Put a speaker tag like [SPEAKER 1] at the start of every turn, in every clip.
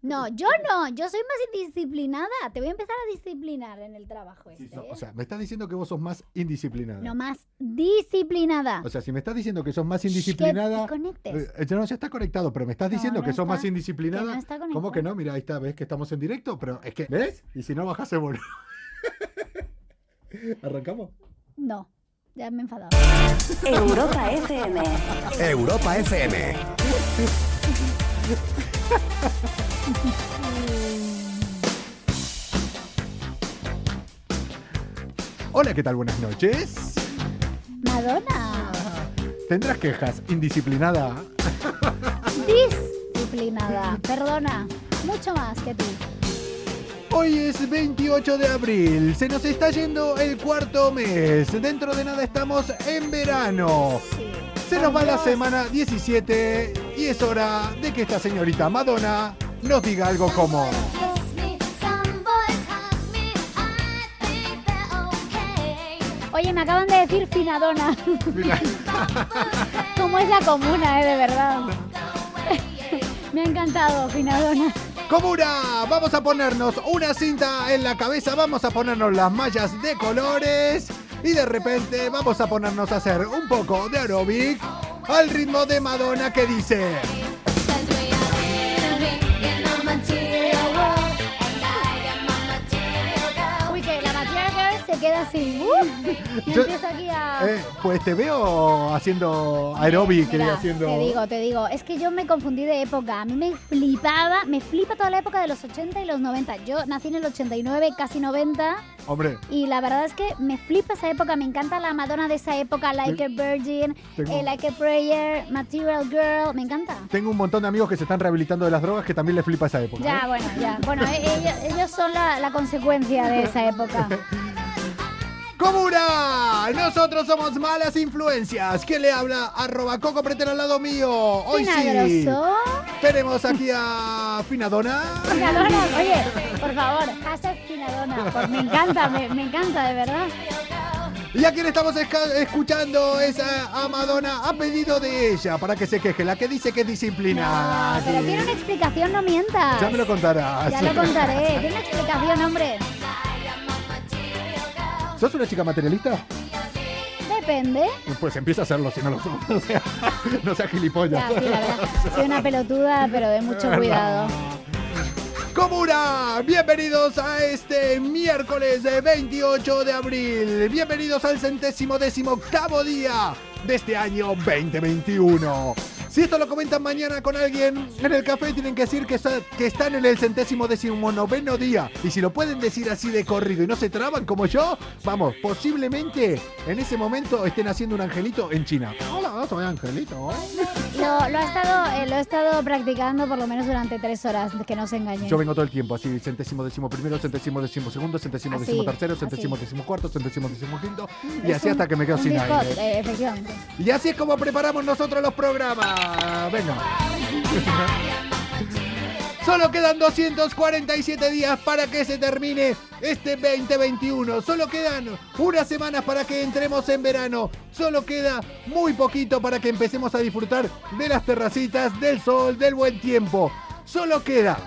[SPEAKER 1] No, yo no, yo soy más indisciplinada. Te voy a empezar a disciplinar en el trabajo
[SPEAKER 2] Sí,
[SPEAKER 1] este.
[SPEAKER 2] so-
[SPEAKER 1] ¿eh?
[SPEAKER 2] o sea, me estás diciendo que vos sos más indisciplinada.
[SPEAKER 1] no más disciplinada.
[SPEAKER 2] O sea, si me estás diciendo que sos más
[SPEAKER 1] Shh, que te
[SPEAKER 2] indisciplinada.
[SPEAKER 1] conectes.
[SPEAKER 2] eh, no, ya está conectado, pero me estás
[SPEAKER 1] No,
[SPEAKER 2] diciendo
[SPEAKER 1] no
[SPEAKER 2] que sos
[SPEAKER 1] está.
[SPEAKER 2] más indisciplinada.
[SPEAKER 1] Que no está
[SPEAKER 2] ¿Cómo que
[SPEAKER 1] conectado.
[SPEAKER 2] no? Mira, ahí está, ves que estamos en directo, pero es que. ¿Ves? Y si no, bajás el volumen. ¿Arrancamos?
[SPEAKER 1] No, ya me he enfadado.
[SPEAKER 3] Europa FM.
[SPEAKER 4] Europa FM.
[SPEAKER 2] Hola, ¿qué tal? Buenas noches.
[SPEAKER 1] Madonna,
[SPEAKER 2] ¿Tendrás quejas? Indisciplinada.
[SPEAKER 1] disciplinada. Perdona, mucho más que tú.
[SPEAKER 2] Hoy es 28 de abril, se nos está yendo el cuarto mes, dentro de nada estamos en verano.
[SPEAKER 1] Sí.
[SPEAKER 2] Se nos va la semana 17 y es hora de que esta señorita Madonna nos diga algo como...
[SPEAKER 1] Oye, me acaban de decir Finadona. ¿Cómo es la comuna, eh? De verdad. Me ha encantado, Finadona.
[SPEAKER 2] Comuna, vamos a ponernos una cinta en la cabeza, vamos a ponernos las mallas de colores y de repente vamos a ponernos a hacer un poco de aerobic al ritmo de Madonna que dice...
[SPEAKER 1] Uy, que la Matilda se queda así. y
[SPEAKER 2] Yo-
[SPEAKER 1] empiezo aquí a.
[SPEAKER 2] Eh, pues te veo haciendo aeróbic,
[SPEAKER 1] Mira,
[SPEAKER 2] haciendo...
[SPEAKER 1] Te digo, te digo, es que yo me confundí de época. A mí me flipaba, me flipa toda la época de los 80 y los 90. Yo nací en el 89, casi 90,
[SPEAKER 2] Hombre,
[SPEAKER 1] y la verdad es que me flipa esa época. Me encanta la Madonna de esa época, Like a Virgin,
[SPEAKER 2] tengo,
[SPEAKER 1] eh, Like a Prayer, Material Girl, me encanta.
[SPEAKER 2] tengo un montón de amigos que se están rehabilitando de las drogas que también les flipa esa época.
[SPEAKER 1] Ya,
[SPEAKER 2] ¿eh?
[SPEAKER 1] bueno, ya. Bueno, eh, ellos, ellos son la, la consecuencia de esa época.
[SPEAKER 2] ¡Comuna! Nosotros somos malas influencias. ¿Quién le habla? Arroba Coco Pretel al lado mío. Hoy sí.
[SPEAKER 1] Finagroso.
[SPEAKER 2] Tenemos aquí a Finadona.
[SPEAKER 1] Finadona, oye, por favor, hashtag Finadona. por- Pues me encanta, me- me encanta, de verdad.
[SPEAKER 2] Y a quien estamos esca- escuchando es a, a Madonna a pedido de ella para que se queje. La que dice que es disciplinada.
[SPEAKER 1] No, pero tiene una explicación, no mientas.
[SPEAKER 2] Ah, Ya me lo contarás.
[SPEAKER 1] Ya lo contaré. Tiene una explicación, hombre.
[SPEAKER 2] ¿Sos una chica materialista?
[SPEAKER 1] Depende.
[SPEAKER 2] Pues empieza a hacerlo si no lo somos. O sea, no seas gilipollas.
[SPEAKER 1] Ya, sí, la verdad. Soy una pelotuda, pero de mucho cuidado.
[SPEAKER 2] Comuna, bienvenidos a este miércoles de 28 de abril. Bienvenidos al centésimo décimo octavo día de este año 2021. Si esto lo comentan mañana con alguien en el café, tienen que decir que, está- que están en el centésimo décimo noveno día. Y si lo pueden decir así de corrido y no se traban como yo, vamos, posiblemente en ese momento estén haciendo un angelito en China. Hola, soy angelito.
[SPEAKER 1] Lo, lo, he estado, eh, lo he estado practicando por lo menos durante tres horas, que no se engañen.
[SPEAKER 2] Yo vengo todo el tiempo, así, centésimo, décimo primero, centésimo, décimo segundo, centésimo,
[SPEAKER 1] Así,
[SPEAKER 2] décimo tercero, centésimo,
[SPEAKER 1] así.
[SPEAKER 2] décimo cuarto, centésimo, décimo quinto, y
[SPEAKER 1] Es
[SPEAKER 2] así
[SPEAKER 1] un-
[SPEAKER 2] hasta que me quedo
[SPEAKER 1] un
[SPEAKER 2] sin
[SPEAKER 1] discot,
[SPEAKER 2] aire.
[SPEAKER 1] eh, efectivamente.
[SPEAKER 2] Y así es como preparamos nosotros los programas. Venga. Solo quedan 247 días para que se termine este 2021. Solo quedan unas semanas para que entremos en verano. Solo queda muy poquito para que empecemos a disfrutar de las terracitas, del sol, del buen tiempo. Solo queda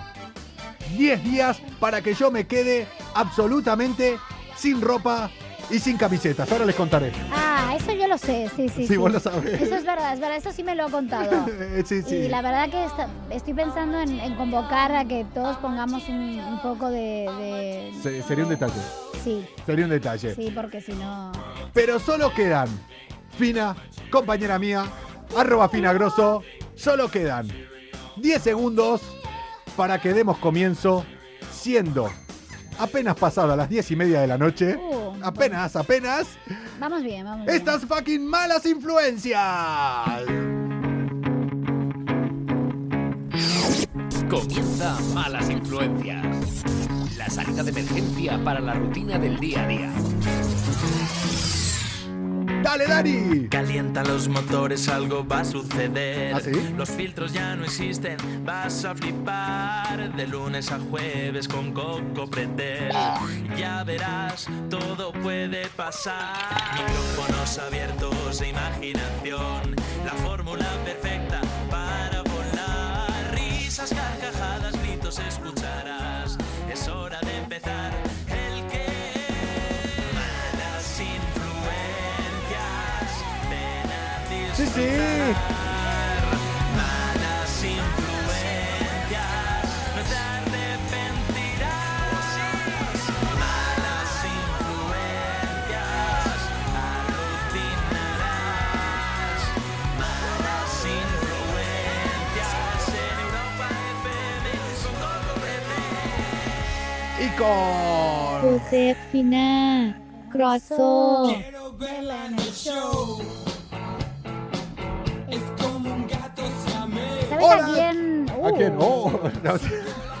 [SPEAKER 2] 10 días para que yo me quede absolutamente sin ropa y sin camisetas. Ahora les contaré.
[SPEAKER 1] Ah, eso yo lo sé, sí, sí.
[SPEAKER 2] Sí, vos lo sabés.
[SPEAKER 1] Eso es verdad, es verdad, eso sí me lo ha contado.
[SPEAKER 2] Eh, sí, sí.
[SPEAKER 1] Y la verdad que está- estoy pensando en, en convocar a que todos pongamos un, un poco de, de-
[SPEAKER 2] Se- sería un detalle.
[SPEAKER 1] Sí,
[SPEAKER 2] Sería un detalle.
[SPEAKER 1] sí, porque si no...
[SPEAKER 2] Pero solo quedan Fina, compañera mía, arroba Fina Grosso. Solo quedan 10 segundos para que demos comienzo siendo apenas pasada las 10 y media de la noche.
[SPEAKER 1] Uh,
[SPEAKER 2] Apenas, apenas.
[SPEAKER 1] Vamos bien, vamos bien.
[SPEAKER 2] Estas fucking malas influencias.
[SPEAKER 4] Comienza Malas Influencias. La salida de emergencia para la rutina del día a día.
[SPEAKER 2] Dale, Dani.
[SPEAKER 5] Calienta los motores, algo va a suceder.
[SPEAKER 2] ¿Ah, sí?
[SPEAKER 5] Los filtros ya no existen, vas a flipar de lunes a jueves con Coco Pretel. Ya verás, todo puede pasar. Micrófonos abiertos e imaginación, la fórmula perfecta para volar. Risas, carcajadas, gritos,
[SPEAKER 2] sí.
[SPEAKER 5] Malas influencias, no te arrepentirás. Malas influencias, alucinarás. Malas influencias, en Europa FM con Coco Pretel.
[SPEAKER 2] Y con...
[SPEAKER 6] Josefina Crosso.
[SPEAKER 7] Quiero verla en el show. Es como un gato siamés.
[SPEAKER 1] ¿Sabes
[SPEAKER 2] Hola.
[SPEAKER 1] a quién?
[SPEAKER 2] ¿A
[SPEAKER 1] Uh.
[SPEAKER 2] qué no? No,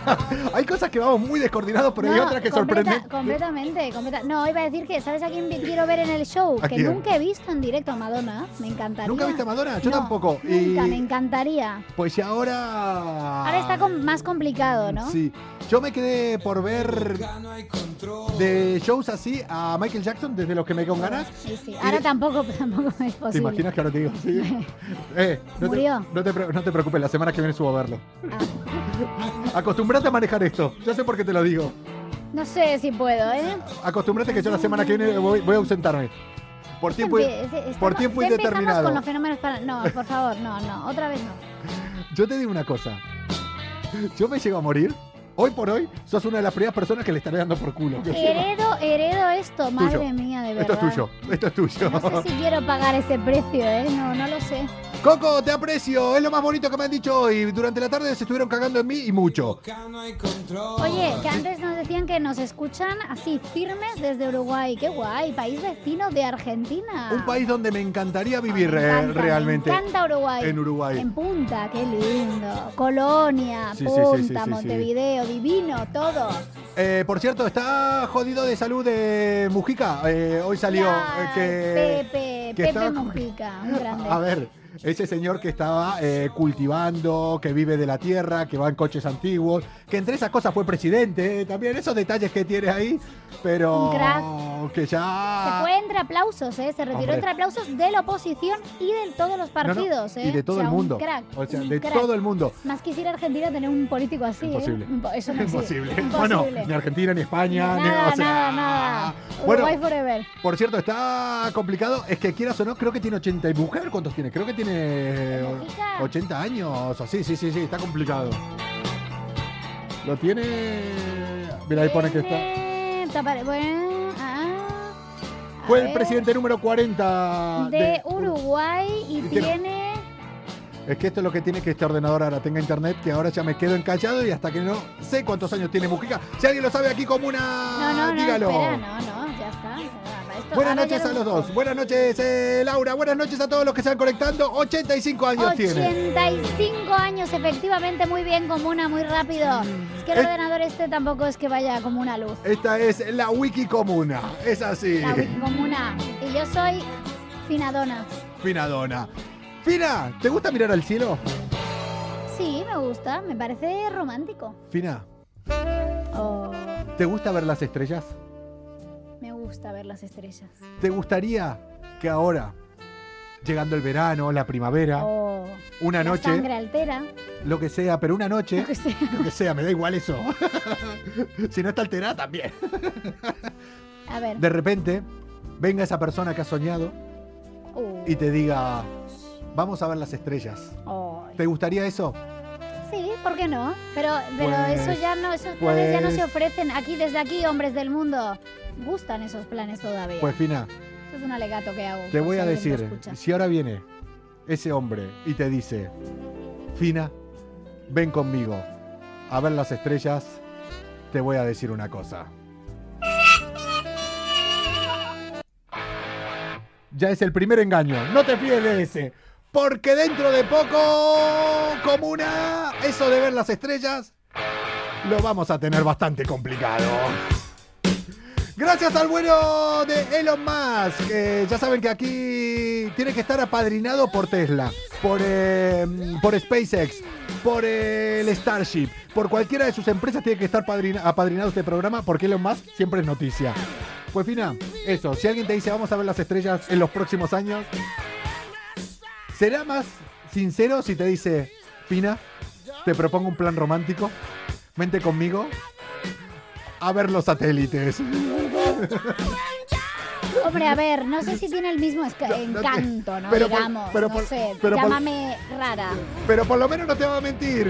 [SPEAKER 2] Hay cosas que vamos muy descoordinados, pero hay
[SPEAKER 1] No,
[SPEAKER 2] otras que
[SPEAKER 1] completa-
[SPEAKER 2] sorprenden.
[SPEAKER 1] Completamente, completa- No, iba a decir que, ¿sabes a quién vi- quiero ver en el show?
[SPEAKER 2] ¿A
[SPEAKER 1] Que
[SPEAKER 2] quién?
[SPEAKER 1] nunca he visto en directo a Madonna. Me encantaría.
[SPEAKER 2] ¿Nunca viste a Madonna? Yo
[SPEAKER 1] No,
[SPEAKER 2] tampoco.
[SPEAKER 1] Nunca,
[SPEAKER 2] Y-
[SPEAKER 1] me encantaría.
[SPEAKER 2] Pues ya ahora...
[SPEAKER 1] Ahora está com- más complicado, ¿no?
[SPEAKER 2] Sí. Yo me quedé por ver
[SPEAKER 7] Ya no hay control.
[SPEAKER 2] de shows así a Michael Jackson, desde los que me con ganas.
[SPEAKER 1] Sí, sí.
[SPEAKER 2] Y
[SPEAKER 1] Ahora
[SPEAKER 2] de-
[SPEAKER 1] tampoco, tampoco es posible.
[SPEAKER 2] ¿Te imaginas que ahora te digo sí? Eh, no, te,
[SPEAKER 1] Oh, Murió.
[SPEAKER 2] no te pre- no te preocupes, la semana que viene subo a verlo.
[SPEAKER 1] Ah.
[SPEAKER 2] Acostumbrate a manejar esto. Yo sé por qué te lo digo.
[SPEAKER 1] No sé si puedo, ¿eh?
[SPEAKER 2] Acostumbrate que yo la semana que viene voy, voy a ausentarme. Por tiempo, y-
[SPEAKER 1] Empie- estamos-
[SPEAKER 2] por tiempo
[SPEAKER 1] ya empezamos
[SPEAKER 2] indeterminado.
[SPEAKER 1] con los fenómenos para... No, por favor, no, no. Otra vez no.
[SPEAKER 2] Yo te digo una cosa. Yo me llego a morir. Hoy por hoy, sos una de las primeras personas que le estaré dando por culo.
[SPEAKER 1] Heredo, heredo esto. Madre mía, de
[SPEAKER 2] Esto
[SPEAKER 1] verdad.
[SPEAKER 2] es tuyo. Esto es tuyo.
[SPEAKER 1] No sé si quiero pagar ese precio, ¿eh? No, no lo sé.
[SPEAKER 2] Coco, te aprecio. Es lo más bonito que me han dicho hoy. Durante la tarde se estuvieron cagando en mí y mucho.
[SPEAKER 7] Ya no hay control.
[SPEAKER 1] Oye, que antes nos decían que nos escuchan así firmes desde Uruguay. Qué guay, país vecino de Argentina.
[SPEAKER 2] Un país donde me encantaría vivir
[SPEAKER 1] Ah. Me
[SPEAKER 2] eh,
[SPEAKER 1] encanta,
[SPEAKER 2] realmente.
[SPEAKER 1] Me encanta Uruguay. Em.
[SPEAKER 2] En Uruguay.
[SPEAKER 1] En Punta, qué lindo. Colonia,
[SPEAKER 2] Sí, sí, sí,
[SPEAKER 1] Punta,
[SPEAKER 2] sí, sí, sí.
[SPEAKER 1] Montevideo, divino, todo.
[SPEAKER 2] Eh, por cierto, está jodido de salud de Mujica. Eh, hoy salió eh,
[SPEAKER 1] Ay,
[SPEAKER 2] que.
[SPEAKER 1] Pepe,
[SPEAKER 2] que
[SPEAKER 1] Pepe
[SPEAKER 2] estaba-
[SPEAKER 1] Mujica, un grande.
[SPEAKER 2] A ver, ese señor que estaba eh, cultivando, que vive de la tierra, que va en coches antiguos, que entre esas cosas fue presidente, eh, también esos detalles que tiene ahí, pero
[SPEAKER 1] Un crack.
[SPEAKER 2] que ya...
[SPEAKER 1] Se fue entre aplausos, ¿eh? Se retiró
[SPEAKER 2] Hombre.
[SPEAKER 1] entre aplausos de la oposición y de todos los
[SPEAKER 2] No, no,
[SPEAKER 1] partidos, ¿eh?
[SPEAKER 2] Y de todo
[SPEAKER 1] O sea,
[SPEAKER 2] el mundo.
[SPEAKER 1] Un crack,
[SPEAKER 2] o sea,
[SPEAKER 1] un
[SPEAKER 2] de
[SPEAKER 1] crack.
[SPEAKER 2] todo el mundo.
[SPEAKER 1] Más quisiera Argentina tener un político así, ¿eh?
[SPEAKER 2] Imposible.
[SPEAKER 1] Impo- Eso no existe.
[SPEAKER 2] Imposible.
[SPEAKER 1] Imposible.
[SPEAKER 2] Bueno, ni Argentina, ni España, ni-
[SPEAKER 1] Nada,
[SPEAKER 2] o sea,
[SPEAKER 1] nada, nada.
[SPEAKER 2] Bueno,
[SPEAKER 1] Uruguay forever.
[SPEAKER 2] Por cierto, está complicado. Es que quieras o no, creo que tiene 80 y mujer. ¿Cuántos tiene? Creo que tiene
[SPEAKER 1] ¿Mujica?
[SPEAKER 2] 80 años. o Sí, sí, sí, sí, está complicado. Lo tiene. Mira, ahí pone que está.
[SPEAKER 1] Tiene- tapare- bueno, ah, a
[SPEAKER 2] Fue el
[SPEAKER 1] ver,
[SPEAKER 2] presidente número 40
[SPEAKER 1] de Uruguay y,
[SPEAKER 2] Y tiene-
[SPEAKER 1] tiene...
[SPEAKER 2] Es que esto es lo que tiene que este ordenador ahora tenga internet, que ahora ya me quedo encallado y hasta que no sé cuántos años tiene Mujica. Si alguien lo sabe aquí como una,
[SPEAKER 1] No, no, no,
[SPEAKER 2] Ah, dígalo.
[SPEAKER 1] espera, no, no, ya está. Para esto-
[SPEAKER 2] Buenas
[SPEAKER 1] ahora ya
[SPEAKER 2] noches a
[SPEAKER 1] lo
[SPEAKER 2] los
[SPEAKER 1] busco.
[SPEAKER 2] dos. Buenas noches, eh, Laura. Buenas noches a todos los que se van conectando. 85 años tiene.
[SPEAKER 1] 85 años, efectivamente, muy bien, como una, muy rápido. Es que el
[SPEAKER 2] Eh.
[SPEAKER 1] ordenador este tampoco es que vaya como una luz.
[SPEAKER 2] Esta es la wiki comuna. Es así.
[SPEAKER 1] La wiki comuna. Y yo soy finadona.
[SPEAKER 2] Fina Dona. Fina, ¿te gusta mirar al cielo?
[SPEAKER 1] Sí, me gusta, me parece romántico.
[SPEAKER 2] Fina,
[SPEAKER 1] Oh,
[SPEAKER 2] ¿te gusta ver las estrellas?
[SPEAKER 1] me gusta ver las estrellas.
[SPEAKER 2] ¿Te gustaría que ahora, llegando el verano, la primavera,
[SPEAKER 1] Oh,
[SPEAKER 2] una
[SPEAKER 1] la
[SPEAKER 2] Ah. noche,
[SPEAKER 1] sangre altera.
[SPEAKER 2] lo que sea, pero una noche,
[SPEAKER 1] Lo que sea.
[SPEAKER 2] lo que sea, me da igual eso. si no está alterada, también.
[SPEAKER 1] A ver.
[SPEAKER 2] De repente, venga esa persona que has soñado
[SPEAKER 1] Uh,
[SPEAKER 2] y te diga, vamos a ver las estrellas.
[SPEAKER 1] oh.
[SPEAKER 2] ¿Te gustaría eso?
[SPEAKER 1] Sí, ¿por qué no? Pero, pero
[SPEAKER 2] Pues,
[SPEAKER 1] eso ya no, esos planes ya no
[SPEAKER 2] pues.
[SPEAKER 1] se ofrecen. Aquí, desde aquí, hombres del mundo, gustan esos planes todavía.
[SPEAKER 2] Pues Fina,
[SPEAKER 1] Esto es un alegato que hago.
[SPEAKER 2] Te
[SPEAKER 1] por
[SPEAKER 2] voy
[SPEAKER 1] si
[SPEAKER 2] a
[SPEAKER 1] alguien lo
[SPEAKER 2] decir, eh.
[SPEAKER 1] escucha.
[SPEAKER 2] si ahora viene ese hombre y te dice, Fina, ven conmigo a ver las estrellas, te voy a decir una cosa. Ya es el primer engaño, no te fíes de ese. Porque dentro de poco, comuna, eso de ver las estrellas, lo vamos a tener bastante complicado. Gracias al bueno de Elon Musk. que ya saben que aquí tiene que estar apadrinado por Tesla, por, eh, por SpaceX, por eh, el Starship, por cualquiera de sus empresas tiene que estar padrina- apadrinado este programa porque Elon Musk siempre es noticia. Pues Fina, eso, si alguien te dice vamos a ver las estrellas en los próximos años, será más sincero si te dice, Fina, te propongo un plan romántico, vente conmigo a ver los satélites.
[SPEAKER 1] Hombre, a ver, no sé si tiene el mismo esca-
[SPEAKER 2] No, no te-
[SPEAKER 1] encanto, ¿no?
[SPEAKER 2] pero por-
[SPEAKER 1] Digamos,
[SPEAKER 2] pero
[SPEAKER 1] no
[SPEAKER 2] por-
[SPEAKER 1] sé,
[SPEAKER 2] pero por-
[SPEAKER 1] llámame rara.
[SPEAKER 2] Pero por lo menos no te va a mentir.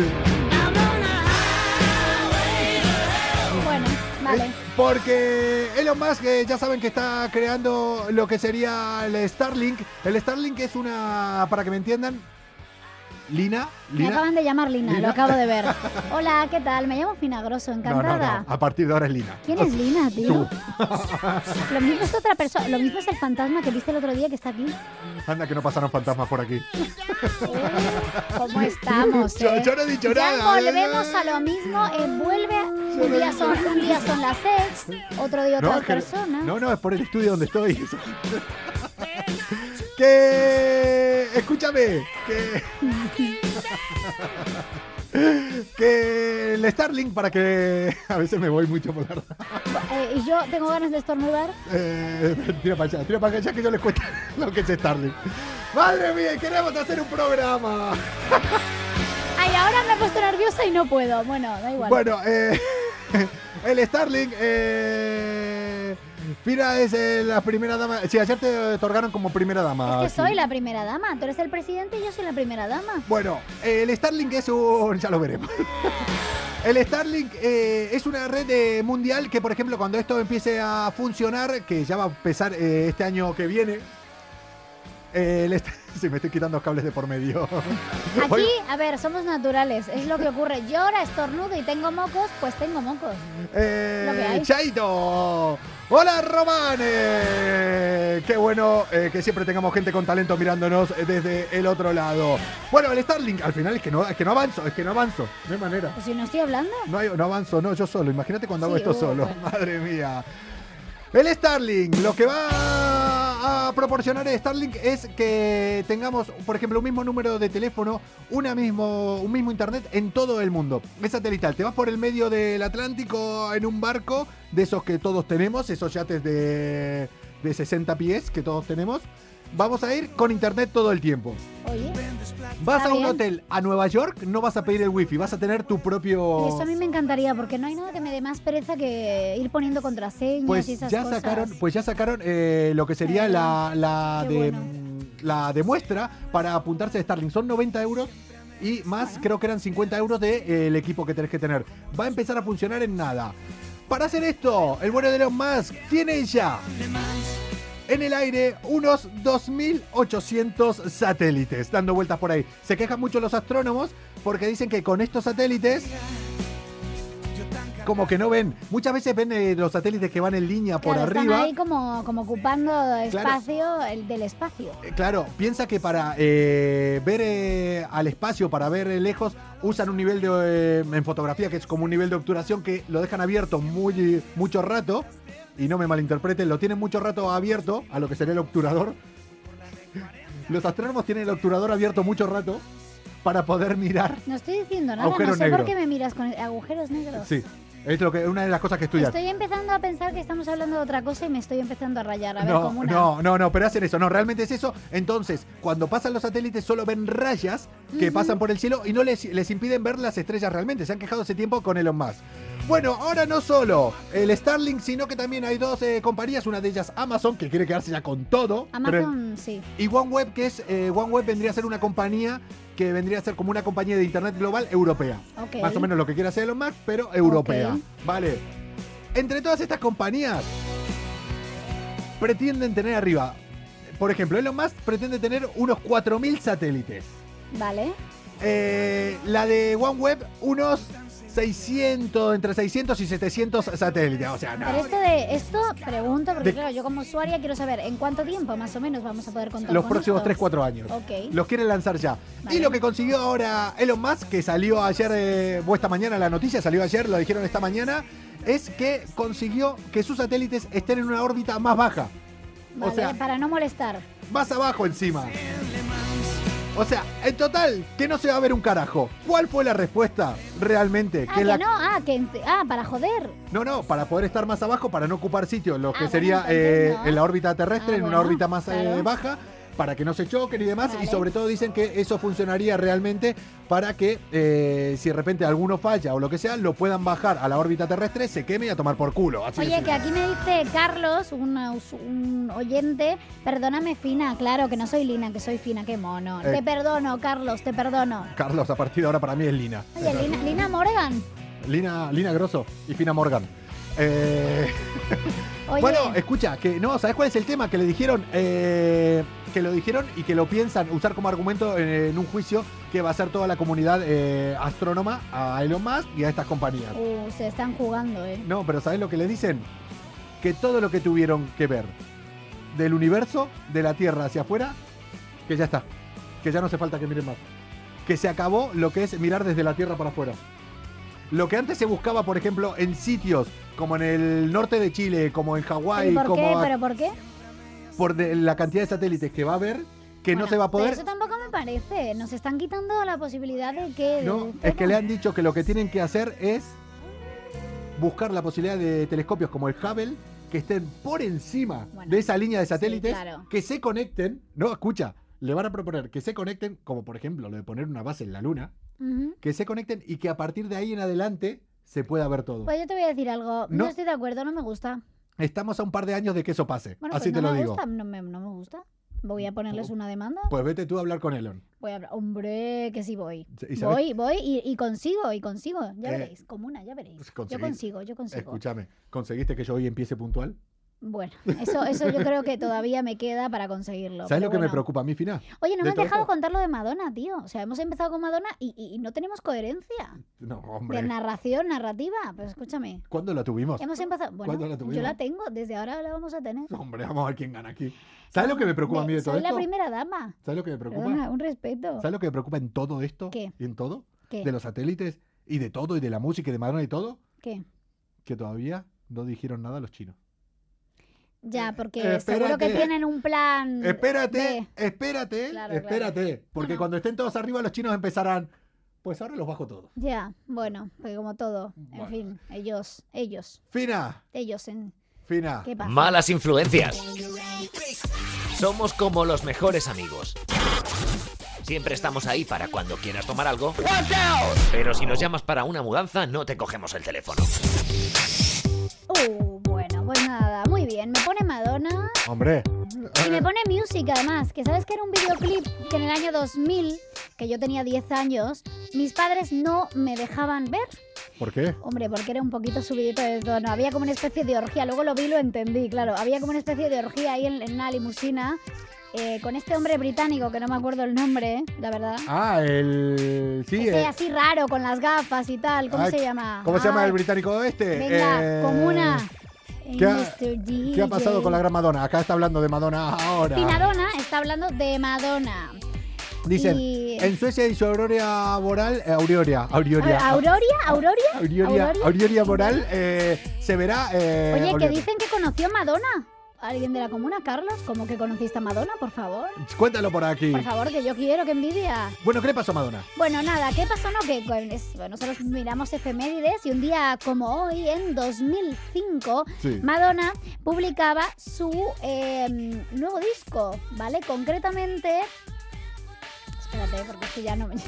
[SPEAKER 1] Bueno, vale.
[SPEAKER 2] Eh, Porque Elon Musk eh, ya saben que está creando lo que sería el Starlink. El Starlink es una, para que me entiendan, Lina,
[SPEAKER 1] Me
[SPEAKER 2] Lina.
[SPEAKER 1] acaban de llamar Lina,
[SPEAKER 2] Lina.
[SPEAKER 1] lo acabo de ver. Hola, ¿qué tal? Me llamo Finagroso,
[SPEAKER 2] No, no,
[SPEAKER 1] encantada.
[SPEAKER 2] no, a partir de ahora es Lina.
[SPEAKER 1] ¿Quién es Lina, tío?
[SPEAKER 2] Tú.
[SPEAKER 1] Lo mismo es otra persona, lo mismo es el fantasma que viste el otro día que está aquí.
[SPEAKER 2] Anda que no pasaron fantasmas por aquí.
[SPEAKER 1] ¿Cómo estamos?
[SPEAKER 2] Yo-
[SPEAKER 1] eh?
[SPEAKER 2] yo no he dicho
[SPEAKER 1] Ya
[SPEAKER 2] nada, ¿eh?
[SPEAKER 1] Volvemos a lo mismo, eh, vuelve. a-
[SPEAKER 2] Yo
[SPEAKER 1] Un
[SPEAKER 2] no he
[SPEAKER 1] día,
[SPEAKER 2] dicho
[SPEAKER 1] son, un día son las ex, otro día otras
[SPEAKER 2] es que-
[SPEAKER 1] personas.
[SPEAKER 2] no, no, es por el estudio donde estoy. que escúchame, que que el Starlink para que a veces me voy mucho por la rama.
[SPEAKER 1] Eh, y yo tengo ganas de estornudar.
[SPEAKER 2] Eh, tira para allá, tira para allá que yo les cuento lo que es Starlink. Madre mía, queremos hacer un programa.
[SPEAKER 1] Ay, ahora me he puesto nerviosa y no puedo. Bueno, da igual.
[SPEAKER 2] Bueno, eh, el Starlink. Eh, Pira es eh, la primera dama. Sí, ayer te otorgaron como primera dama.
[SPEAKER 1] es que
[SPEAKER 2] ah, sí.
[SPEAKER 1] soy la primera dama. Tú eres el presidente y yo soy la primera dama.
[SPEAKER 2] Bueno, eh, el Starlink es un... ya lo veremos. El Starlink eh, es una red eh, mundial que, por ejemplo, cuando esto empiece a funcionar, que ya va a empezar eh, este año que viene, eh, el Star- Sí, me estoy quitando los cables de por medio.
[SPEAKER 1] Aquí,
[SPEAKER 2] Hoy-
[SPEAKER 1] a ver, somos naturales. Es lo que ocurre. Yo ahora estornudo y tengo mocos, pues tengo mocos.
[SPEAKER 2] Eh,
[SPEAKER 1] Lo que hay.
[SPEAKER 2] Chaito. Hola Román. Eh, qué bueno eh, que siempre tengamos gente con talento mirándonos eh, desde el otro lado. Bueno, el Starlink al final es que no, es que no avanzo, es que no avanzo. No hay manera.
[SPEAKER 1] Pues si no estoy hablando.
[SPEAKER 2] No, hay- no avanzo, no, yo solo. Imagínate cuando hago
[SPEAKER 1] Sí,
[SPEAKER 2] esto
[SPEAKER 1] uh,
[SPEAKER 2] solo.
[SPEAKER 1] bueno.
[SPEAKER 2] Madre mía. El Starlink, lo que va a proporcionar el Starlink es que tengamos, por ejemplo, un mismo número de teléfono, una mismo, un mismo internet en todo el mundo. Es satelital. Te vas por el medio del Atlántico en un barco, de esos que todos tenemos, esos yates de, de 60 pies que todos tenemos. Vamos a ir con internet todo el tiempo.
[SPEAKER 1] Oye,
[SPEAKER 2] Vas
[SPEAKER 1] Está
[SPEAKER 2] a un
[SPEAKER 1] bien.
[SPEAKER 2] hotel a Nueva York, no vas a pedir el wifi, vas a tener tu propio.
[SPEAKER 1] eso a mí me encantaría porque no hay nada que me dé más pereza que ir poniendo contraseñas
[SPEAKER 2] pues
[SPEAKER 1] y esas
[SPEAKER 2] ya
[SPEAKER 1] cosas.
[SPEAKER 2] sacaron pues ya sacaron eh, lo que sería
[SPEAKER 1] Eh,
[SPEAKER 2] la, la
[SPEAKER 1] qué
[SPEAKER 2] de mm,
[SPEAKER 1] bueno.
[SPEAKER 2] la de muestra para apuntarse a Starlink son 90 euros y más creo que eran 50 euros del de, eh, el equipo que tenés que tener va a empezar a funcionar en nada para hacer esto el bueno de Elon Musk tiene ya en el aire unos 2.800 satélites dando vueltas por ahí. Se quejan mucho los astrónomos porque dicen que con estos satélites como que no ven. Muchas veces ven eh, los satélites que van en línea por
[SPEAKER 1] Claro, están
[SPEAKER 2] arriba.
[SPEAKER 1] ahí como, como ocupando espacio el del espacio.
[SPEAKER 2] Eh, Claro, piensa que para eh, ver eh, al espacio, para ver eh, lejos, usan un nivel de eh, en fotografía que es como un nivel de obturación que lo dejan abierto muy mucho rato y no me malinterpreten, lo tienen mucho rato abierto a lo que sería el obturador. Los astrónomos tienen el obturador abierto mucho rato para poder mirar.
[SPEAKER 1] No estoy diciendo nada,
[SPEAKER 2] Agujero
[SPEAKER 1] no sé
[SPEAKER 2] negro.
[SPEAKER 1] por qué me miras con agujeros negros.
[SPEAKER 2] Sí, es lo que una de las cosas que estudian.
[SPEAKER 1] Estoy empezando a pensar que estamos hablando de otra cosa y me estoy empezando a rayar. A ver,
[SPEAKER 2] No,
[SPEAKER 1] como una.
[SPEAKER 2] no, no, no, pero hacen eso, no, realmente es eso. Entonces, cuando pasan los satélites solo ven rayas que pasan por el cielo y no les, les impiden ver las estrellas realmente. Se han quejado ese tiempo con Elon Musk. Bueno, ahora no solo el Starlink, sino que también hay dos eh, compañías, una de ellas Amazon, que quiere quedarse ya con todo. pero-
[SPEAKER 1] Amazon, sí.
[SPEAKER 2] y OneWeb, que es, eh, OneWeb vendría a ser una compañía que vendría a ser como una compañía de Internet global europea.
[SPEAKER 1] Ok.
[SPEAKER 2] Más o menos lo que quiere hacer Elon Musk, pero europea.
[SPEAKER 1] Ok.
[SPEAKER 2] Vale. Entre todas estas compañías, pretenden tener arriba, por ejemplo, Elon Musk pretende tener unos 4.000 satélites.
[SPEAKER 1] Vale.
[SPEAKER 2] Eh, la de OneWeb, unos 600, entre 600 y 700 satélites. O sea, no.
[SPEAKER 1] Pero esto de esto pregunto, porque
[SPEAKER 2] De-
[SPEAKER 1] claro, yo como usuaria quiero saber en cuánto tiempo más o menos vamos a poder contar
[SPEAKER 2] los
[SPEAKER 1] con
[SPEAKER 2] próximos
[SPEAKER 1] esto?
[SPEAKER 2] 3-4 años.
[SPEAKER 1] Ok.
[SPEAKER 2] Los quieren lanzar ya.
[SPEAKER 1] Vale.
[SPEAKER 2] Y lo que consiguió ahora Elon Musk, que salió ayer, eh, o esta mañana la noticia, salió ayer, lo dijeron esta mañana, es que consiguió que sus satélites estén en una órbita más baja.
[SPEAKER 1] Vale,
[SPEAKER 2] o sea,
[SPEAKER 1] para no molestar.
[SPEAKER 2] más abajo encima. O sea, en total, que no se va a ver un carajo. ¿Cuál fue la respuesta realmente?
[SPEAKER 1] Ah,
[SPEAKER 2] Que
[SPEAKER 1] que
[SPEAKER 2] la-
[SPEAKER 1] no, ah, que ah, para joder.
[SPEAKER 2] no, no, para poder estar más abajo, para no ocupar sitio, lo
[SPEAKER 1] Ah,
[SPEAKER 2] que
[SPEAKER 1] bueno,
[SPEAKER 2] sería
[SPEAKER 1] entonces
[SPEAKER 2] eh,
[SPEAKER 1] no.
[SPEAKER 2] en la órbita terrestre,
[SPEAKER 1] Ah,
[SPEAKER 2] en una
[SPEAKER 1] bueno,
[SPEAKER 2] órbita más eh,
[SPEAKER 1] claro.
[SPEAKER 2] baja, para que no se choquen y demás.
[SPEAKER 1] Vale.
[SPEAKER 2] Y sobre todo dicen que eso funcionaría realmente para que eh, si de repente alguno falla o lo que sea, lo puedan bajar a la órbita terrestre, se queme y a tomar por culo. Así de
[SPEAKER 1] Oye,
[SPEAKER 2] simple.
[SPEAKER 1] que aquí me dice Carlos, una us- un oyente, perdóname Fina, claro, que no soy Lina, que soy Fina, qué mono.
[SPEAKER 2] Eh.
[SPEAKER 1] Te perdono, Carlos, te perdono.
[SPEAKER 2] Carlos, a partir de ahora para mí es Lina.
[SPEAKER 1] Oye, Lina, Lina Morgan.
[SPEAKER 2] Lina, Lina Grosso y Fina Morgan. Eh,
[SPEAKER 1] Oye,
[SPEAKER 2] Bueno, escucha, que no, ¿sabes cuál es el tema? Que le dijeron, eh, que lo dijeron y que lo piensan usar como argumento en, en un juicio que va a hacer toda la comunidad eh, astrónoma a Elon Musk y a estas compañías.
[SPEAKER 1] uh, se están jugando, ¿eh?
[SPEAKER 2] No, pero ¿sabes lo que les dicen? Que todo lo que tuvieron que ver del universo, de la Tierra hacia afuera, que ya está. Que ya no hace falta que miren más. Que se acabó lo que es mirar desde la Tierra para afuera. Lo que antes se buscaba, por ejemplo, en sitios como en el norte de Chile, como en
[SPEAKER 1] ¿Y
[SPEAKER 2] Hawái,
[SPEAKER 1] por qué?
[SPEAKER 2] como a-
[SPEAKER 1] ¿Pero por qué?
[SPEAKER 2] por de- la cantidad de satélites que va a haber, que no
[SPEAKER 1] Bueno,
[SPEAKER 2] se va a
[SPEAKER 1] pero
[SPEAKER 2] poder.
[SPEAKER 1] Eso tampoco me parece. Nos están quitando la posibilidad de que.
[SPEAKER 2] No,
[SPEAKER 1] de-
[SPEAKER 2] es que le han dicho que lo que tienen que hacer es buscar la posibilidad de telescopios como el Hubble que estén por encima
[SPEAKER 1] Bueno,
[SPEAKER 2] de esa línea de satélites,
[SPEAKER 1] claro.
[SPEAKER 2] que se conecten. No, escucha, le van a proponer que se conecten, como por ejemplo lo de poner una base en la Luna,
[SPEAKER 1] Ujú.
[SPEAKER 2] que se conecten y que a partir de ahí en adelante se pueda ver todo.
[SPEAKER 1] Pues yo te voy a decir algo. No,
[SPEAKER 2] No.
[SPEAKER 1] estoy de acuerdo, no me gusta.
[SPEAKER 2] Estamos a un par de años de que eso pase,
[SPEAKER 1] Bueno,
[SPEAKER 2] así
[SPEAKER 1] pues
[SPEAKER 2] te
[SPEAKER 1] no
[SPEAKER 2] lo
[SPEAKER 1] me
[SPEAKER 2] digo.
[SPEAKER 1] gusta, no me, no me gusta. Voy a ponerles una demanda.
[SPEAKER 2] Pues vete tú a hablar con Elon.
[SPEAKER 1] Voy a hablar- Hombre, que sí voy.
[SPEAKER 2] ¿Y sabes?
[SPEAKER 1] Voy, voy y, y consigo, y consigo. Ya
[SPEAKER 2] Eh, pues,
[SPEAKER 1] veréis, comuna, ya veréis. Yo
[SPEAKER 2] conseguí-
[SPEAKER 1] consigo, yo consigo.
[SPEAKER 2] Escúchame, ¿conseguiste que yo hoy empiece puntual?
[SPEAKER 1] Bueno, eso, eso yo creo que todavía me queda para conseguirlo.
[SPEAKER 2] ¿Sabes
[SPEAKER 1] pero
[SPEAKER 2] lo que me
[SPEAKER 1] bueno.
[SPEAKER 2] preocupa a mí, Fina?
[SPEAKER 1] Oye, no
[SPEAKER 2] de
[SPEAKER 1] me has
[SPEAKER 2] todo
[SPEAKER 1] dejado
[SPEAKER 2] esto?
[SPEAKER 1] contar lo de Madonna, tío. O sea, hemos empezado con Madonna y, y- y no tenemos coherencia
[SPEAKER 2] No,
[SPEAKER 1] de
[SPEAKER 2] hombre.
[SPEAKER 1] narración, narrativa. Pero escúchame.
[SPEAKER 2] ¿Cuándo la tuvimos?
[SPEAKER 1] Hemos empezado. Bueno,
[SPEAKER 2] ¿Cuándo la
[SPEAKER 1] yo
[SPEAKER 2] tuvimos?
[SPEAKER 1] la tengo, desde ahora la vamos a tener.
[SPEAKER 2] Hombre, vamos a ver quién gana aquí. ¿Sabes lo que me preocupa a mí de todo
[SPEAKER 1] Soy la
[SPEAKER 2] esto?
[SPEAKER 1] primera dama.
[SPEAKER 2] ¿Sabes lo que me preocupa?
[SPEAKER 1] Perdona, un respeto.
[SPEAKER 2] ¿Sabes lo que me preocupa en todo esto?
[SPEAKER 1] ¿Qué?
[SPEAKER 2] ¿Y en todo?
[SPEAKER 1] ¿Qué?
[SPEAKER 2] De los satélites y de todo, y de la música y de Madonna y todo,
[SPEAKER 1] ¿Qué?
[SPEAKER 2] que todavía no dijeron nada a los chinos.
[SPEAKER 1] Ya, porque
[SPEAKER 2] Eh, Espérate.
[SPEAKER 1] seguro que tienen un plan.
[SPEAKER 2] Espérate,
[SPEAKER 1] de-
[SPEAKER 2] espérate,
[SPEAKER 1] Mm, Claro,
[SPEAKER 2] espérate. Porque
[SPEAKER 1] Bueno.
[SPEAKER 2] cuando estén todos arriba, los chinos empezarán. Pues ahora los bajo todos.
[SPEAKER 1] Ya, bueno, pues como todo.
[SPEAKER 2] Bueno.
[SPEAKER 1] En fin, ellos, ellos,
[SPEAKER 2] Fina,
[SPEAKER 1] ellos en.
[SPEAKER 2] Fina.
[SPEAKER 1] ¿Qué pasa?
[SPEAKER 4] Malas influencias. Somos como los mejores amigos. Siempre estamos ahí para cuando quieras tomar algo. Pero si nos llamas para una mudanza, no te cogemos el teléfono.
[SPEAKER 1] Uh, bueno, pues nada, muy bien. Me pone Madonna
[SPEAKER 2] Hombre.
[SPEAKER 1] y me pone Music además, que sabes que era un videoclip que en el año 2000, que yo tenía 10 años, mis padres no me dejaban ver.
[SPEAKER 2] ¿Por qué?
[SPEAKER 1] Hombre, porque era un poquito subidito de tono. Había como una especie de orgía, luego lo vi y lo entendí, claro. Había como una especie de orgía ahí en, en una limusina eh, con este hombre británico que no me acuerdo el nombre, la verdad.
[SPEAKER 2] Ah, el. Sí,
[SPEAKER 1] Ese
[SPEAKER 2] el-
[SPEAKER 1] así raro con las gafas y tal. ¿Cómo
[SPEAKER 2] Ay,
[SPEAKER 1] se llama?
[SPEAKER 2] ¿Cómo se llama
[SPEAKER 1] Ay,
[SPEAKER 2] el británico este?
[SPEAKER 1] Venga,
[SPEAKER 2] Eh,
[SPEAKER 1] comuna. eh,
[SPEAKER 2] ¿Qué ha-
[SPEAKER 1] Mr.
[SPEAKER 2] ¿Qué ha pasado
[SPEAKER 1] DJ.
[SPEAKER 2] con la gran Madonna? Acá está hablando de Madonna ahora.
[SPEAKER 1] Pinadona está hablando de Madonna.
[SPEAKER 2] Dicen,
[SPEAKER 1] y-
[SPEAKER 2] en Suecia y su auroria boral, eh, aureoria, aureoria,
[SPEAKER 1] ¿Auroria? ¿Auroria?
[SPEAKER 2] aureoria,
[SPEAKER 1] ¿Auroria?
[SPEAKER 2] aureoria boral, eh, se verá. eh,
[SPEAKER 1] Oye, que
[SPEAKER 2] aureoria.
[SPEAKER 1] dicen que conoció a Madonna. ¿Alguien de la comuna, Carlos? ¿Cómo que conociste a Madonna, por favor?
[SPEAKER 2] Cuéntalo por aquí.
[SPEAKER 1] Por favor, que yo quiero, que envidia.
[SPEAKER 2] Bueno, ¿qué le pasó a Madonna?
[SPEAKER 1] Bueno, nada, ¿qué pasó? No, que con- es- bueno, nosotros miramos efemérides y un día como hoy, en 2005,
[SPEAKER 2] Sí.
[SPEAKER 1] Madonna publicaba su eh, nuevo disco, ¿vale? Concretamente... Espérate, eh, porque es que ya no me...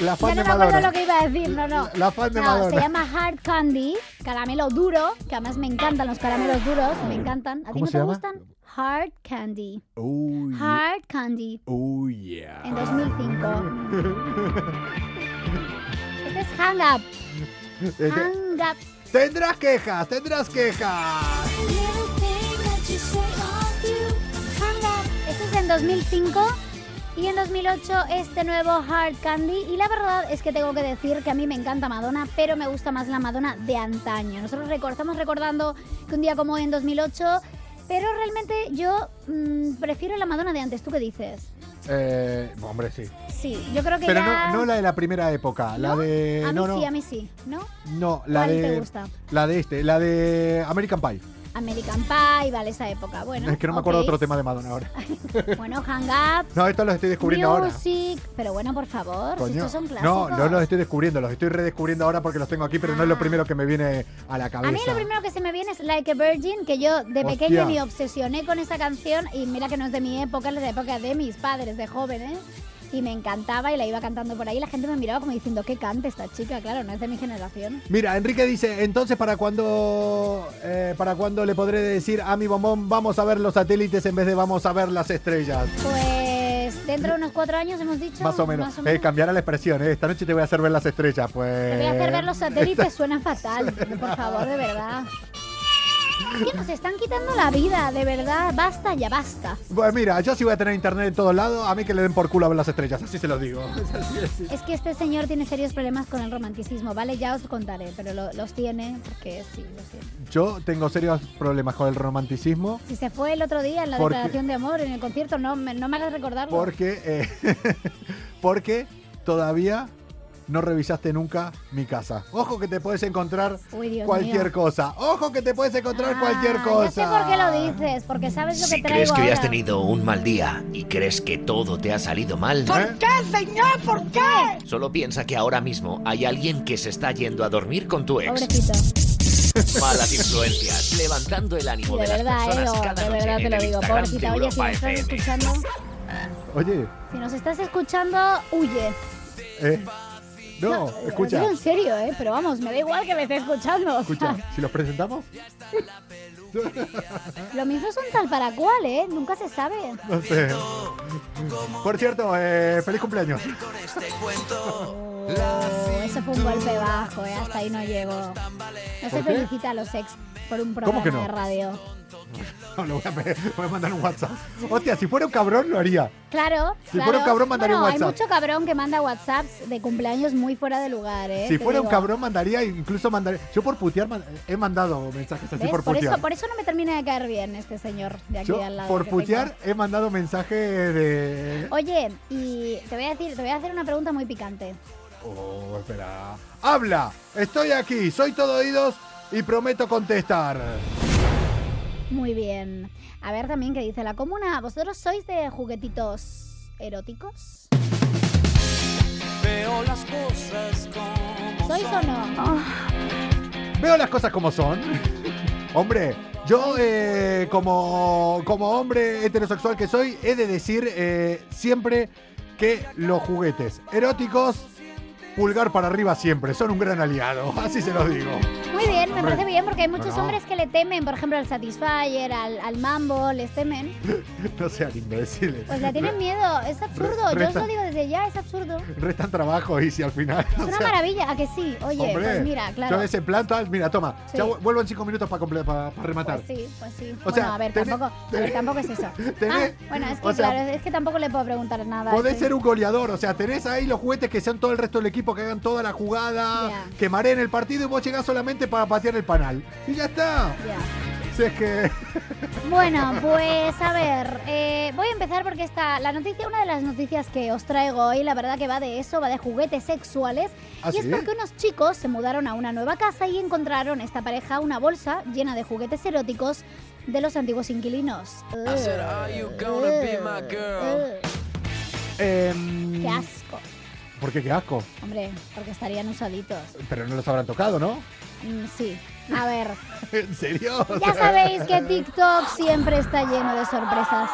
[SPEAKER 2] La fan
[SPEAKER 1] ya
[SPEAKER 2] de
[SPEAKER 1] no me acuerdo
[SPEAKER 2] Madonna.
[SPEAKER 1] lo que iba a decir, no, no.
[SPEAKER 2] La fan de
[SPEAKER 1] No,
[SPEAKER 2] Madonna.
[SPEAKER 1] se llama Hard Candy, caramelo duro, que además me encantan los caramelos duros, me encantan. ¿A ti
[SPEAKER 2] ¿Cómo
[SPEAKER 1] no
[SPEAKER 2] se
[SPEAKER 1] te
[SPEAKER 2] llama?
[SPEAKER 1] gustan? Hard Candy.
[SPEAKER 2] Uy,
[SPEAKER 1] Hard Candy,
[SPEAKER 2] uy, yeah.
[SPEAKER 1] en 2005. Este es Hang Up,
[SPEAKER 2] Este-
[SPEAKER 1] Hang Up.
[SPEAKER 2] Tendrás quejas, tendrás quejas.
[SPEAKER 1] Este es en 2005 y en 2008 este nuevo Hard Candy. Y la verdad es que tengo que decir que a mí me encanta Madonna, pero me gusta más la Madonna de antaño. Nosotros recor- estamos recordando que un día como hoy en 2008, pero realmente yo mm, prefiero la Madonna de antes. ¿Tú qué dices?
[SPEAKER 2] Eh, hombre, sí.
[SPEAKER 1] Sí, yo creo que
[SPEAKER 2] Pero
[SPEAKER 1] ya...
[SPEAKER 2] no, no la de la primera época, la
[SPEAKER 1] ¿No?
[SPEAKER 2] de
[SPEAKER 1] A mí
[SPEAKER 2] no, no,
[SPEAKER 1] sí, a mí sí, ¿no?
[SPEAKER 2] no, la
[SPEAKER 1] ¿Cuál
[SPEAKER 2] de
[SPEAKER 1] te gusta?
[SPEAKER 2] la de este, la de American Pie.
[SPEAKER 1] American Pie, vale, esa época. Bueno,
[SPEAKER 2] Es que no me acuerdo
[SPEAKER 1] ok.
[SPEAKER 2] otro tema de Madonna ahora.
[SPEAKER 1] Bueno, Hang Up,
[SPEAKER 2] No, esto los estoy descubriendo ahora.
[SPEAKER 1] Music, pero bueno, por favor, si
[SPEAKER 2] Coño.
[SPEAKER 1] estos son
[SPEAKER 2] No,
[SPEAKER 1] clásicos.
[SPEAKER 2] no los estoy descubriendo, los estoy redescubriendo ahora porque los tengo aquí, pero no es lo
[SPEAKER 1] Ah.
[SPEAKER 2] primero que me viene a la cabeza.
[SPEAKER 1] A mí lo primero que se me viene es Like a Virgin, que yo de
[SPEAKER 2] Hostia.
[SPEAKER 1] pequeña me obsesioné con esa canción y mira que no es de mi época, es de la época de mis padres, de jóvenes. Y me encantaba y la iba cantando por ahí. y La gente me miraba como diciendo, ¿qué canta esta chica? Claro, no es de mi generación.
[SPEAKER 2] Mira, Enrique dice, entonces para cuando para cuando le podré decir a mi bombón vamos a ver los satélites en vez de vamos a ver las estrellas.
[SPEAKER 1] Pues dentro de unos cuatro años hemos dicho.
[SPEAKER 2] Más o menos. Eh, cambiará la expresión, eh. Esta noche te voy a hacer ver las estrellas, pues.
[SPEAKER 1] Te voy a hacer ver los satélites, suena fatal, por favor, de verdad. Es que nos están quitando la vida, de verdad. Basta, ya basta.
[SPEAKER 2] Pues mira, yo sí voy a tener internet en todos lados, a mí que le den por culo a ver las estrellas, así se los digo.
[SPEAKER 1] Es que este señor tiene serios problemas con el romanticismo, ¿vale? Ya os contaré, pero lo- los tiene, porque sí, los tiene.
[SPEAKER 2] Yo tengo serios problemas con el romanticismo
[SPEAKER 1] Si se fue el otro día en la
[SPEAKER 2] Porque-
[SPEAKER 1] declaración de amor, en el concierto, no me, no me hagas recordarlo.
[SPEAKER 2] porque eh, porque todavía no revisaste nunca mi casa. Ojo que te puedes encontrar
[SPEAKER 1] Uy, Dios
[SPEAKER 2] cualquier
[SPEAKER 1] mío.
[SPEAKER 2] cosa. Ojo que te puedes encontrar
[SPEAKER 1] Ah,
[SPEAKER 2] cualquier cosa.
[SPEAKER 1] Ya sé por qué lo dices, porque sabes lo
[SPEAKER 4] Si
[SPEAKER 1] que traigo
[SPEAKER 4] crees que hoy has
[SPEAKER 1] ahora.
[SPEAKER 4] tenido un mal día y crees que todo te ha salido mal,
[SPEAKER 2] ¿Eh?
[SPEAKER 4] solo piensa que ahora mismo hay alguien que se está yendo a dormir con tu ex.
[SPEAKER 1] Pobrecito.
[SPEAKER 4] Malas influencias, levantando el ánimo
[SPEAKER 1] De,
[SPEAKER 4] de, las
[SPEAKER 1] verdad, eh,
[SPEAKER 4] personas
[SPEAKER 1] o-
[SPEAKER 4] cada
[SPEAKER 1] de
[SPEAKER 4] noche
[SPEAKER 1] verdad te
[SPEAKER 4] en
[SPEAKER 1] lo
[SPEAKER 4] el
[SPEAKER 1] digo.
[SPEAKER 4] Instagram de
[SPEAKER 1] Pobrecita, oye, si
[SPEAKER 4] Europa
[SPEAKER 1] nos estás
[SPEAKER 4] FM.
[SPEAKER 1] escuchando,
[SPEAKER 2] Oye,
[SPEAKER 1] si nos estás escuchando, huye.
[SPEAKER 2] eh, no,
[SPEAKER 1] Lo
[SPEAKER 2] escucha,
[SPEAKER 1] digo en serio, ¿eh? Pero vamos, me da igual que me esté escuchando. o sea,
[SPEAKER 2] escucha, si los presentamos,
[SPEAKER 1] Lo mismo es un tal para cual, ¿eh? Nunca se sabe.
[SPEAKER 2] no sé. Por cierto, eh, feliz cumpleaños.
[SPEAKER 1] Oh, eso fue un golpe bajo, ¿eh? Hasta ahí no llegó. No se
[SPEAKER 2] ¿Por qué?
[SPEAKER 1] felicita a los ex por un
[SPEAKER 2] ¿Cómo
[SPEAKER 1] programa
[SPEAKER 2] que no?
[SPEAKER 1] de radio.
[SPEAKER 2] No, lo voy a, pe- voy a mandar un WhatsApp. Hostia, si fuera un cabrón lo haría.
[SPEAKER 1] Claro,
[SPEAKER 2] Si
[SPEAKER 1] claro.
[SPEAKER 2] fuera un cabrón, mandaría un
[SPEAKER 1] Bueno, Hay
[SPEAKER 2] WhatsApp.
[SPEAKER 1] mucho cabrón que manda WhatsApps de cumpleaños muy fuera de lugar, ¿eh?
[SPEAKER 2] Si
[SPEAKER 1] Te
[SPEAKER 2] fuera un
[SPEAKER 1] digo.
[SPEAKER 2] cabrón mandaría, incluso mandaría. Yo por putear man- he mandado mensajes así
[SPEAKER 1] ¿Ves?
[SPEAKER 2] por
[SPEAKER 1] Por,
[SPEAKER 2] putear.
[SPEAKER 1] eso, por eso no me termina de caer bien este señor de aquí
[SPEAKER 2] Yo
[SPEAKER 1] al lado.
[SPEAKER 2] por
[SPEAKER 1] que tengo.
[SPEAKER 2] putear he mandado mensajes de.
[SPEAKER 1] Oye, y te voy a decir, te voy a hacer una pregunta muy picante.
[SPEAKER 2] Oh, espera. Habla, estoy aquí, soy todo oídos y prometo contestar.
[SPEAKER 1] Muy bien. A ver también qué dice la comuna. ¿Vosotros sois de juguetitos eróticos?
[SPEAKER 7] Veo las cosas como
[SPEAKER 1] ¿Sois o no?
[SPEAKER 2] Veo las cosas como son. hombre, yo eh, como, como hombre heterosexual que soy, he de decir eh, siempre que los juguetes eróticos, pulgar para arriba siempre, son un gran aliado, así se lo digo.
[SPEAKER 1] Muy bien, me
[SPEAKER 2] Hombre.
[SPEAKER 1] parece bien porque hay muchos
[SPEAKER 2] Bueno.
[SPEAKER 1] hombres que le temen, por ejemplo, al Satisfyer, al, al Mambo, les temen.
[SPEAKER 2] No sean imbéciles.
[SPEAKER 1] Pues le tienen miedo. Es absurdo. Yo os
[SPEAKER 2] Resta-
[SPEAKER 1] lo digo desde ya, es absurdo. Es
[SPEAKER 2] Restan trabajo y si al final... o
[SPEAKER 1] una
[SPEAKER 2] sea,
[SPEAKER 1] maravilla. ¿A que sí? Oye,
[SPEAKER 2] hombre,
[SPEAKER 1] pues mira,
[SPEAKER 2] yo
[SPEAKER 1] claro.
[SPEAKER 2] ese plan, tal, mira, toma,
[SPEAKER 1] Sí.
[SPEAKER 2] ya vu- vuelvo en cinco minutos para rematar.
[SPEAKER 1] Pues sí, pues sí.
[SPEAKER 2] O
[SPEAKER 1] bueno,
[SPEAKER 2] sea,
[SPEAKER 1] a ver,
[SPEAKER 2] tenés-
[SPEAKER 1] tampoco, a ver, tampoco es eso.
[SPEAKER 2] tenés-
[SPEAKER 1] Ah, bueno, es que
[SPEAKER 2] o sea,
[SPEAKER 1] claro, es que tampoco le puedo preguntar nada.
[SPEAKER 2] Podés
[SPEAKER 1] Estoy-
[SPEAKER 2] ser un goleador, o sea, tenés ahí los juguetes que sean todo el resto del equipo, que hagan toda la jugada,
[SPEAKER 1] Ya.
[SPEAKER 2] que mareen el partido y vos llegás solamente para patear el panal. Y ya está.
[SPEAKER 1] Ya.
[SPEAKER 2] Si es que.
[SPEAKER 1] Bueno, pues a ver, eh, voy a empezar porque esta, la noticia, una de las noticias que os traigo hoy, la verdad que va de eso, va de juguetes sexuales.
[SPEAKER 2] ¿Ah,
[SPEAKER 1] y es
[SPEAKER 2] sí?
[SPEAKER 1] porque unos chicos se mudaron a una nueva casa y encontraron esta pareja una bolsa llena de juguetes eróticos de los antiguos inquilinos. Eh,
[SPEAKER 5] I said, "Are you gonna be my girl?"
[SPEAKER 2] em,
[SPEAKER 1] qué asco.
[SPEAKER 2] ¿Por qué qué asco?
[SPEAKER 1] Hombre, porque estarían usaditos.
[SPEAKER 2] Pero no los habrán tocado, ¿no?
[SPEAKER 1] Mm, sí. A ver,
[SPEAKER 2] ¿En serio?
[SPEAKER 1] ya sabéis que TikTok siempre está lleno de sorpresas.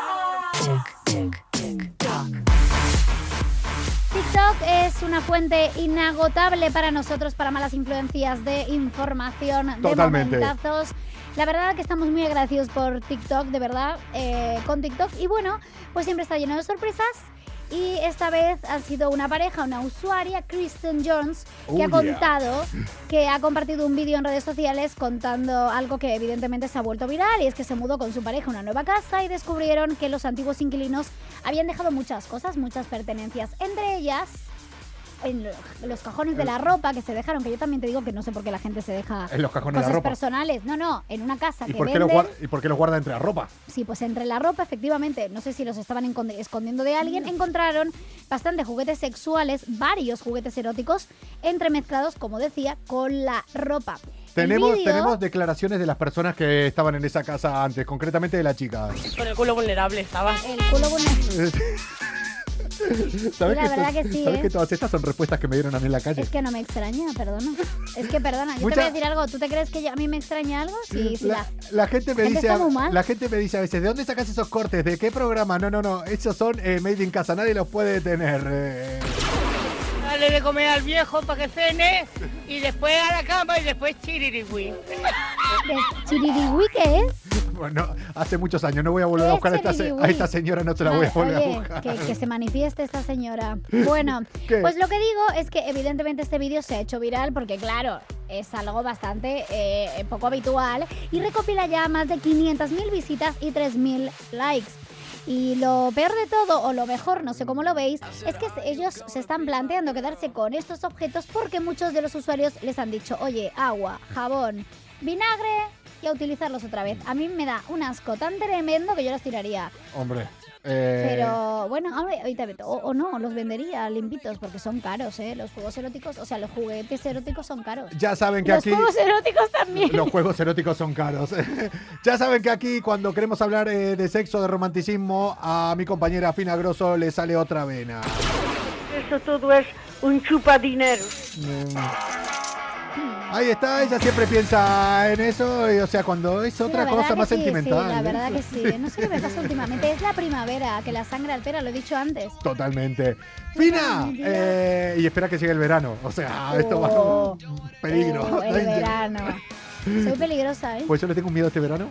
[SPEAKER 1] TikTok es una fuente inagotable para nosotros para malas influencias de información,
[SPEAKER 2] Totalmente.
[SPEAKER 1] de momentazos. La verdad que estamos muy agradecidos por TikTok, de verdad, eh, con TikTok. Y bueno, pues siempre está lleno de sorpresas. Y esta vez ha sido una pareja, una usuaria, Kristen Jones, que
[SPEAKER 2] Oh,
[SPEAKER 1] ha
[SPEAKER 2] yeah.
[SPEAKER 1] contado que ha compartido un vídeo en redes sociales contando algo que evidentemente se ha vuelto viral y es que se mudó con su pareja a una nueva casa y descubrieron que los antiguos inquilinos habían dejado muchas cosas, muchas pertenencias, entre ellas en lo- los cajones de la ropa que se dejaron, que yo también te digo que no sé por qué la gente se deja
[SPEAKER 2] En los cajones de
[SPEAKER 1] cosas
[SPEAKER 2] la ropa.
[SPEAKER 1] personales, no, no, en una casa
[SPEAKER 2] ¿Y
[SPEAKER 1] que
[SPEAKER 2] por, qué
[SPEAKER 1] venden,
[SPEAKER 2] los guarda, ¿Y por qué los guarda entre la ropa?
[SPEAKER 1] sí, pues entre la ropa efectivamente, no sé si los estaban encon- escondiendo de
[SPEAKER 2] Mm.
[SPEAKER 1] alguien, encontraron bastante juguetes sexuales, varios juguetes eróticos entremezclados, como decía, con la ropa.
[SPEAKER 2] Tenemos,
[SPEAKER 1] vídeo?
[SPEAKER 2] tenemos declaraciones de las personas que estaban en esa casa antes, concretamente de la chica.
[SPEAKER 8] Con el culo vulnerable estaba.
[SPEAKER 1] El culo vulnerable.
[SPEAKER 2] ¿Sabes
[SPEAKER 1] La verdad que sí,
[SPEAKER 2] sabes
[SPEAKER 1] ¿eh?
[SPEAKER 2] que todas estas son respuestas que me dieron a mí en la calle?
[SPEAKER 1] Es que no me extraña, perdona. Es que perdona, yo
[SPEAKER 2] Mucha-
[SPEAKER 1] te voy a decir algo. ¿Tú te crees que yo- a mí me extraña algo? Sí, sí.
[SPEAKER 2] La,
[SPEAKER 1] da.
[SPEAKER 2] la gente me
[SPEAKER 1] gente
[SPEAKER 2] dice
[SPEAKER 1] está
[SPEAKER 2] a-
[SPEAKER 1] muy mal.
[SPEAKER 2] la gente me dice a veces, ¿de dónde sacas esos cortes? ¿De qué programa? No, no, no, esos son eh, Made in Casa, nadie los puede tener. eh.
[SPEAKER 8] Dale de comer al viejo para que cene y después a la cama y después chiririwi.
[SPEAKER 1] ¿De ¿eh? ¿Chiririwi qué es?
[SPEAKER 2] Bueno, hace muchos años, no voy a volver a
[SPEAKER 1] ¿Qué
[SPEAKER 2] buscar a
[SPEAKER 1] es
[SPEAKER 2] esta, se-
[SPEAKER 1] Chiririwi?
[SPEAKER 2] a esta señora, no se la voy a
[SPEAKER 1] Ay,
[SPEAKER 2] volver
[SPEAKER 1] oye,
[SPEAKER 2] a buscar.
[SPEAKER 1] Ah, Que, que se manifieste esta señora. Bueno,
[SPEAKER 2] ¿Qué?
[SPEAKER 1] pues lo que digo es que evidentemente este vídeo se ha hecho viral porque claro, es algo bastante eh, poco habitual y recopila ya más de 500.000 visitas y 3.000 likes. Y lo peor de todo, o lo mejor, no sé cómo lo veis, es que ellos se están planteando quedarse con estos objetos porque muchos de los usuarios les han dicho, oye, agua, jabón, vinagre y a utilizarlos otra vez. A mí me da un asco tan tremendo que yo las tiraría.
[SPEAKER 2] Hombre, eh,
[SPEAKER 1] Pero bueno, ahora- ahorita meto- o, o no, los vendería limpitos porque son caros, ¿eh? Los juegos eróticos, o sea, los juguetes eróticos son caros.
[SPEAKER 2] ya saben que
[SPEAKER 1] Los
[SPEAKER 2] aquí...
[SPEAKER 1] juegos eróticos también.
[SPEAKER 2] Los juegos eróticos son caros. ya saben que aquí cuando queremos hablar eh, de sexo, de romanticismo, a mi compañera Fina Grosso le sale otra vena.
[SPEAKER 8] Eso todo es un chupadinero.
[SPEAKER 2] Mm. Ahí está, ella siempre piensa en eso, y, o sea, cuando es
[SPEAKER 1] Sí, la
[SPEAKER 2] otra
[SPEAKER 1] verdad
[SPEAKER 2] cosa
[SPEAKER 1] que
[SPEAKER 2] más
[SPEAKER 1] sí,
[SPEAKER 2] sentimental.
[SPEAKER 1] Sí, la
[SPEAKER 2] ¿eh?
[SPEAKER 1] verdad que sí. No sé qué me pasa últimamente. Es la primavera, que la sangre altera, lo he dicho antes.
[SPEAKER 2] Totalmente. Fina,
[SPEAKER 1] Totalmente.
[SPEAKER 2] eh, y espera que llegue el verano. O sea, esto va a ser
[SPEAKER 1] Oh,
[SPEAKER 2] un peligro.
[SPEAKER 1] Oh, el verano. Soy peligrosa, ¿eh?
[SPEAKER 2] Pues yo le tengo un miedo a este verano.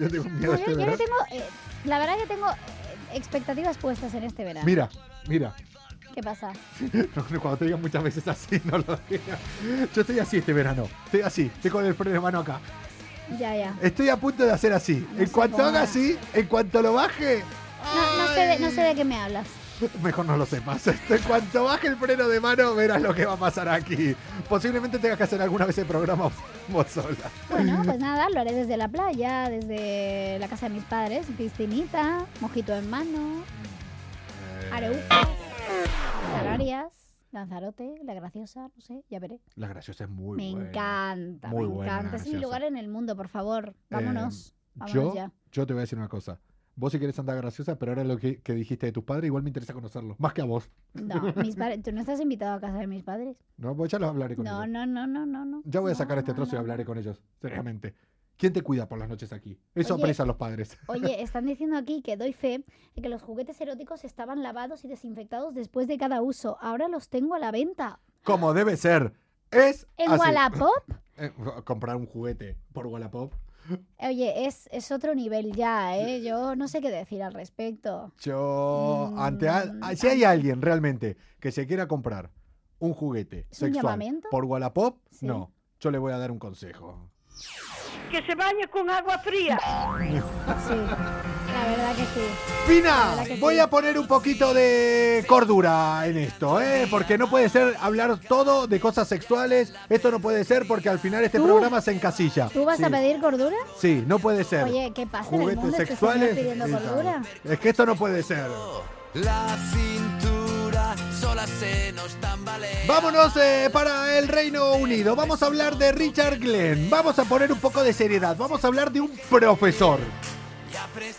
[SPEAKER 2] Yo tengo un miedo a
[SPEAKER 1] Pues
[SPEAKER 2] este
[SPEAKER 1] yo, yo le
[SPEAKER 2] verano.
[SPEAKER 1] tengo, eh, la verdad que tengo eh, expectativas puestas en este verano.
[SPEAKER 2] Mira, mira.
[SPEAKER 1] ¿Qué pasa?
[SPEAKER 2] No, no, cuando te digan muchas veces así, no lo digas. Yo estoy así este verano. Estoy así. Estoy con el freno de mano acá.
[SPEAKER 1] Ya, ya.
[SPEAKER 2] Estoy a punto de hacer así.
[SPEAKER 1] No
[SPEAKER 2] En
[SPEAKER 1] se
[SPEAKER 2] cuanto haga
[SPEAKER 1] ponga.
[SPEAKER 2] así, en cuanto lo baje.
[SPEAKER 1] No, no, sé de, no sé de qué me hablas.
[SPEAKER 2] Mejor no lo sepas. Este, En cuanto baje el freno de mano, verás lo que va a pasar aquí. Posiblemente tengas que hacer alguna vez el programa vos sola.
[SPEAKER 1] Bueno, pues nada, lo haré desde la playa, desde la casa de mis padres, piscinita, mojito en mano,
[SPEAKER 2] Eh.
[SPEAKER 1] areúfas, canarias, Lanzarote, La Graciosa, no sé, ya veré.
[SPEAKER 2] La graciosa es muy
[SPEAKER 1] me
[SPEAKER 2] buena.
[SPEAKER 1] encanta,
[SPEAKER 2] Muy
[SPEAKER 1] me
[SPEAKER 2] buena La
[SPEAKER 1] encanta. Es mi
[SPEAKER 2] Graciosa. Eh,
[SPEAKER 1] lugar en el mundo, por favor, vámonos, vámonos
[SPEAKER 2] Yo,
[SPEAKER 1] ya.
[SPEAKER 2] yo te voy a decir una cosa. Vos si querés andar graciosa, pero ahora lo que, que dijiste de tus padres, igual me interesa conocerlos. Más que a vos.
[SPEAKER 1] No, mis padres, tú no estás invitado a casa de mis padres.
[SPEAKER 2] ¿No? Vos ya los hablaré con
[SPEAKER 1] No,
[SPEAKER 2] ellos.
[SPEAKER 1] no, no, no, no, no.
[SPEAKER 2] Ya voy a
[SPEAKER 1] No,
[SPEAKER 2] sacar este
[SPEAKER 1] no,
[SPEAKER 2] trozo y
[SPEAKER 1] no.
[SPEAKER 2] hablaré con ellos. Seriamente. ¿Quién te cuida por las noches aquí? Eso
[SPEAKER 1] Oye.
[SPEAKER 2] apresa a los padres.
[SPEAKER 1] Oye, están diciendo aquí que doy fe de que los juguetes eróticos estaban lavados y desinfectados después de cada uso. Ahora los tengo a la venta.
[SPEAKER 2] Como debe ser. Es
[SPEAKER 1] En
[SPEAKER 2] así.
[SPEAKER 1] Wallapop
[SPEAKER 2] Eh, comprar un juguete por Wallapop.
[SPEAKER 1] Oye, es, es otro nivel ya, ¿eh? Yo no sé qué decir al respecto.
[SPEAKER 2] Yo,
[SPEAKER 1] Mm,
[SPEAKER 2] ante al-
[SPEAKER 1] ante-
[SPEAKER 2] si hay alguien realmente que se quiera comprar un juguete
[SPEAKER 1] ¿Es un
[SPEAKER 2] sexual
[SPEAKER 1] llamamiento?
[SPEAKER 2] por Wallapop,
[SPEAKER 1] Sí.
[SPEAKER 2] no, yo le voy a dar un consejo.
[SPEAKER 8] Que se bañe con agua fría.
[SPEAKER 1] Sí, la verdad que sí.
[SPEAKER 2] Fina,
[SPEAKER 1] verdad que
[SPEAKER 2] voy
[SPEAKER 1] sí.
[SPEAKER 2] a poner un poquito de cordura en esto, ¿eh? porque no puede ser hablar todo de cosas sexuales, esto no puede ser porque al final este
[SPEAKER 1] ¿Tú?
[SPEAKER 2] programa se encasilla.
[SPEAKER 1] ¿Tú vas
[SPEAKER 2] sí,
[SPEAKER 1] a pedir cordura?
[SPEAKER 2] Sí, no puede ser.
[SPEAKER 1] Oye, ¿qué pasa en el
[SPEAKER 2] Juguetes
[SPEAKER 1] mundo este
[SPEAKER 2] sexuales.
[SPEAKER 1] señor pidiendo
[SPEAKER 2] y tal.
[SPEAKER 1] cordura?
[SPEAKER 2] Es que esto no puede ser.
[SPEAKER 7] La cintura sola se nos tambalea.
[SPEAKER 2] Vámonos eh, para el Reino Unido. Vamos a hablar de Richard Glenn. Vamos a poner un poco de seriedad. Vamos a hablar de un profesor.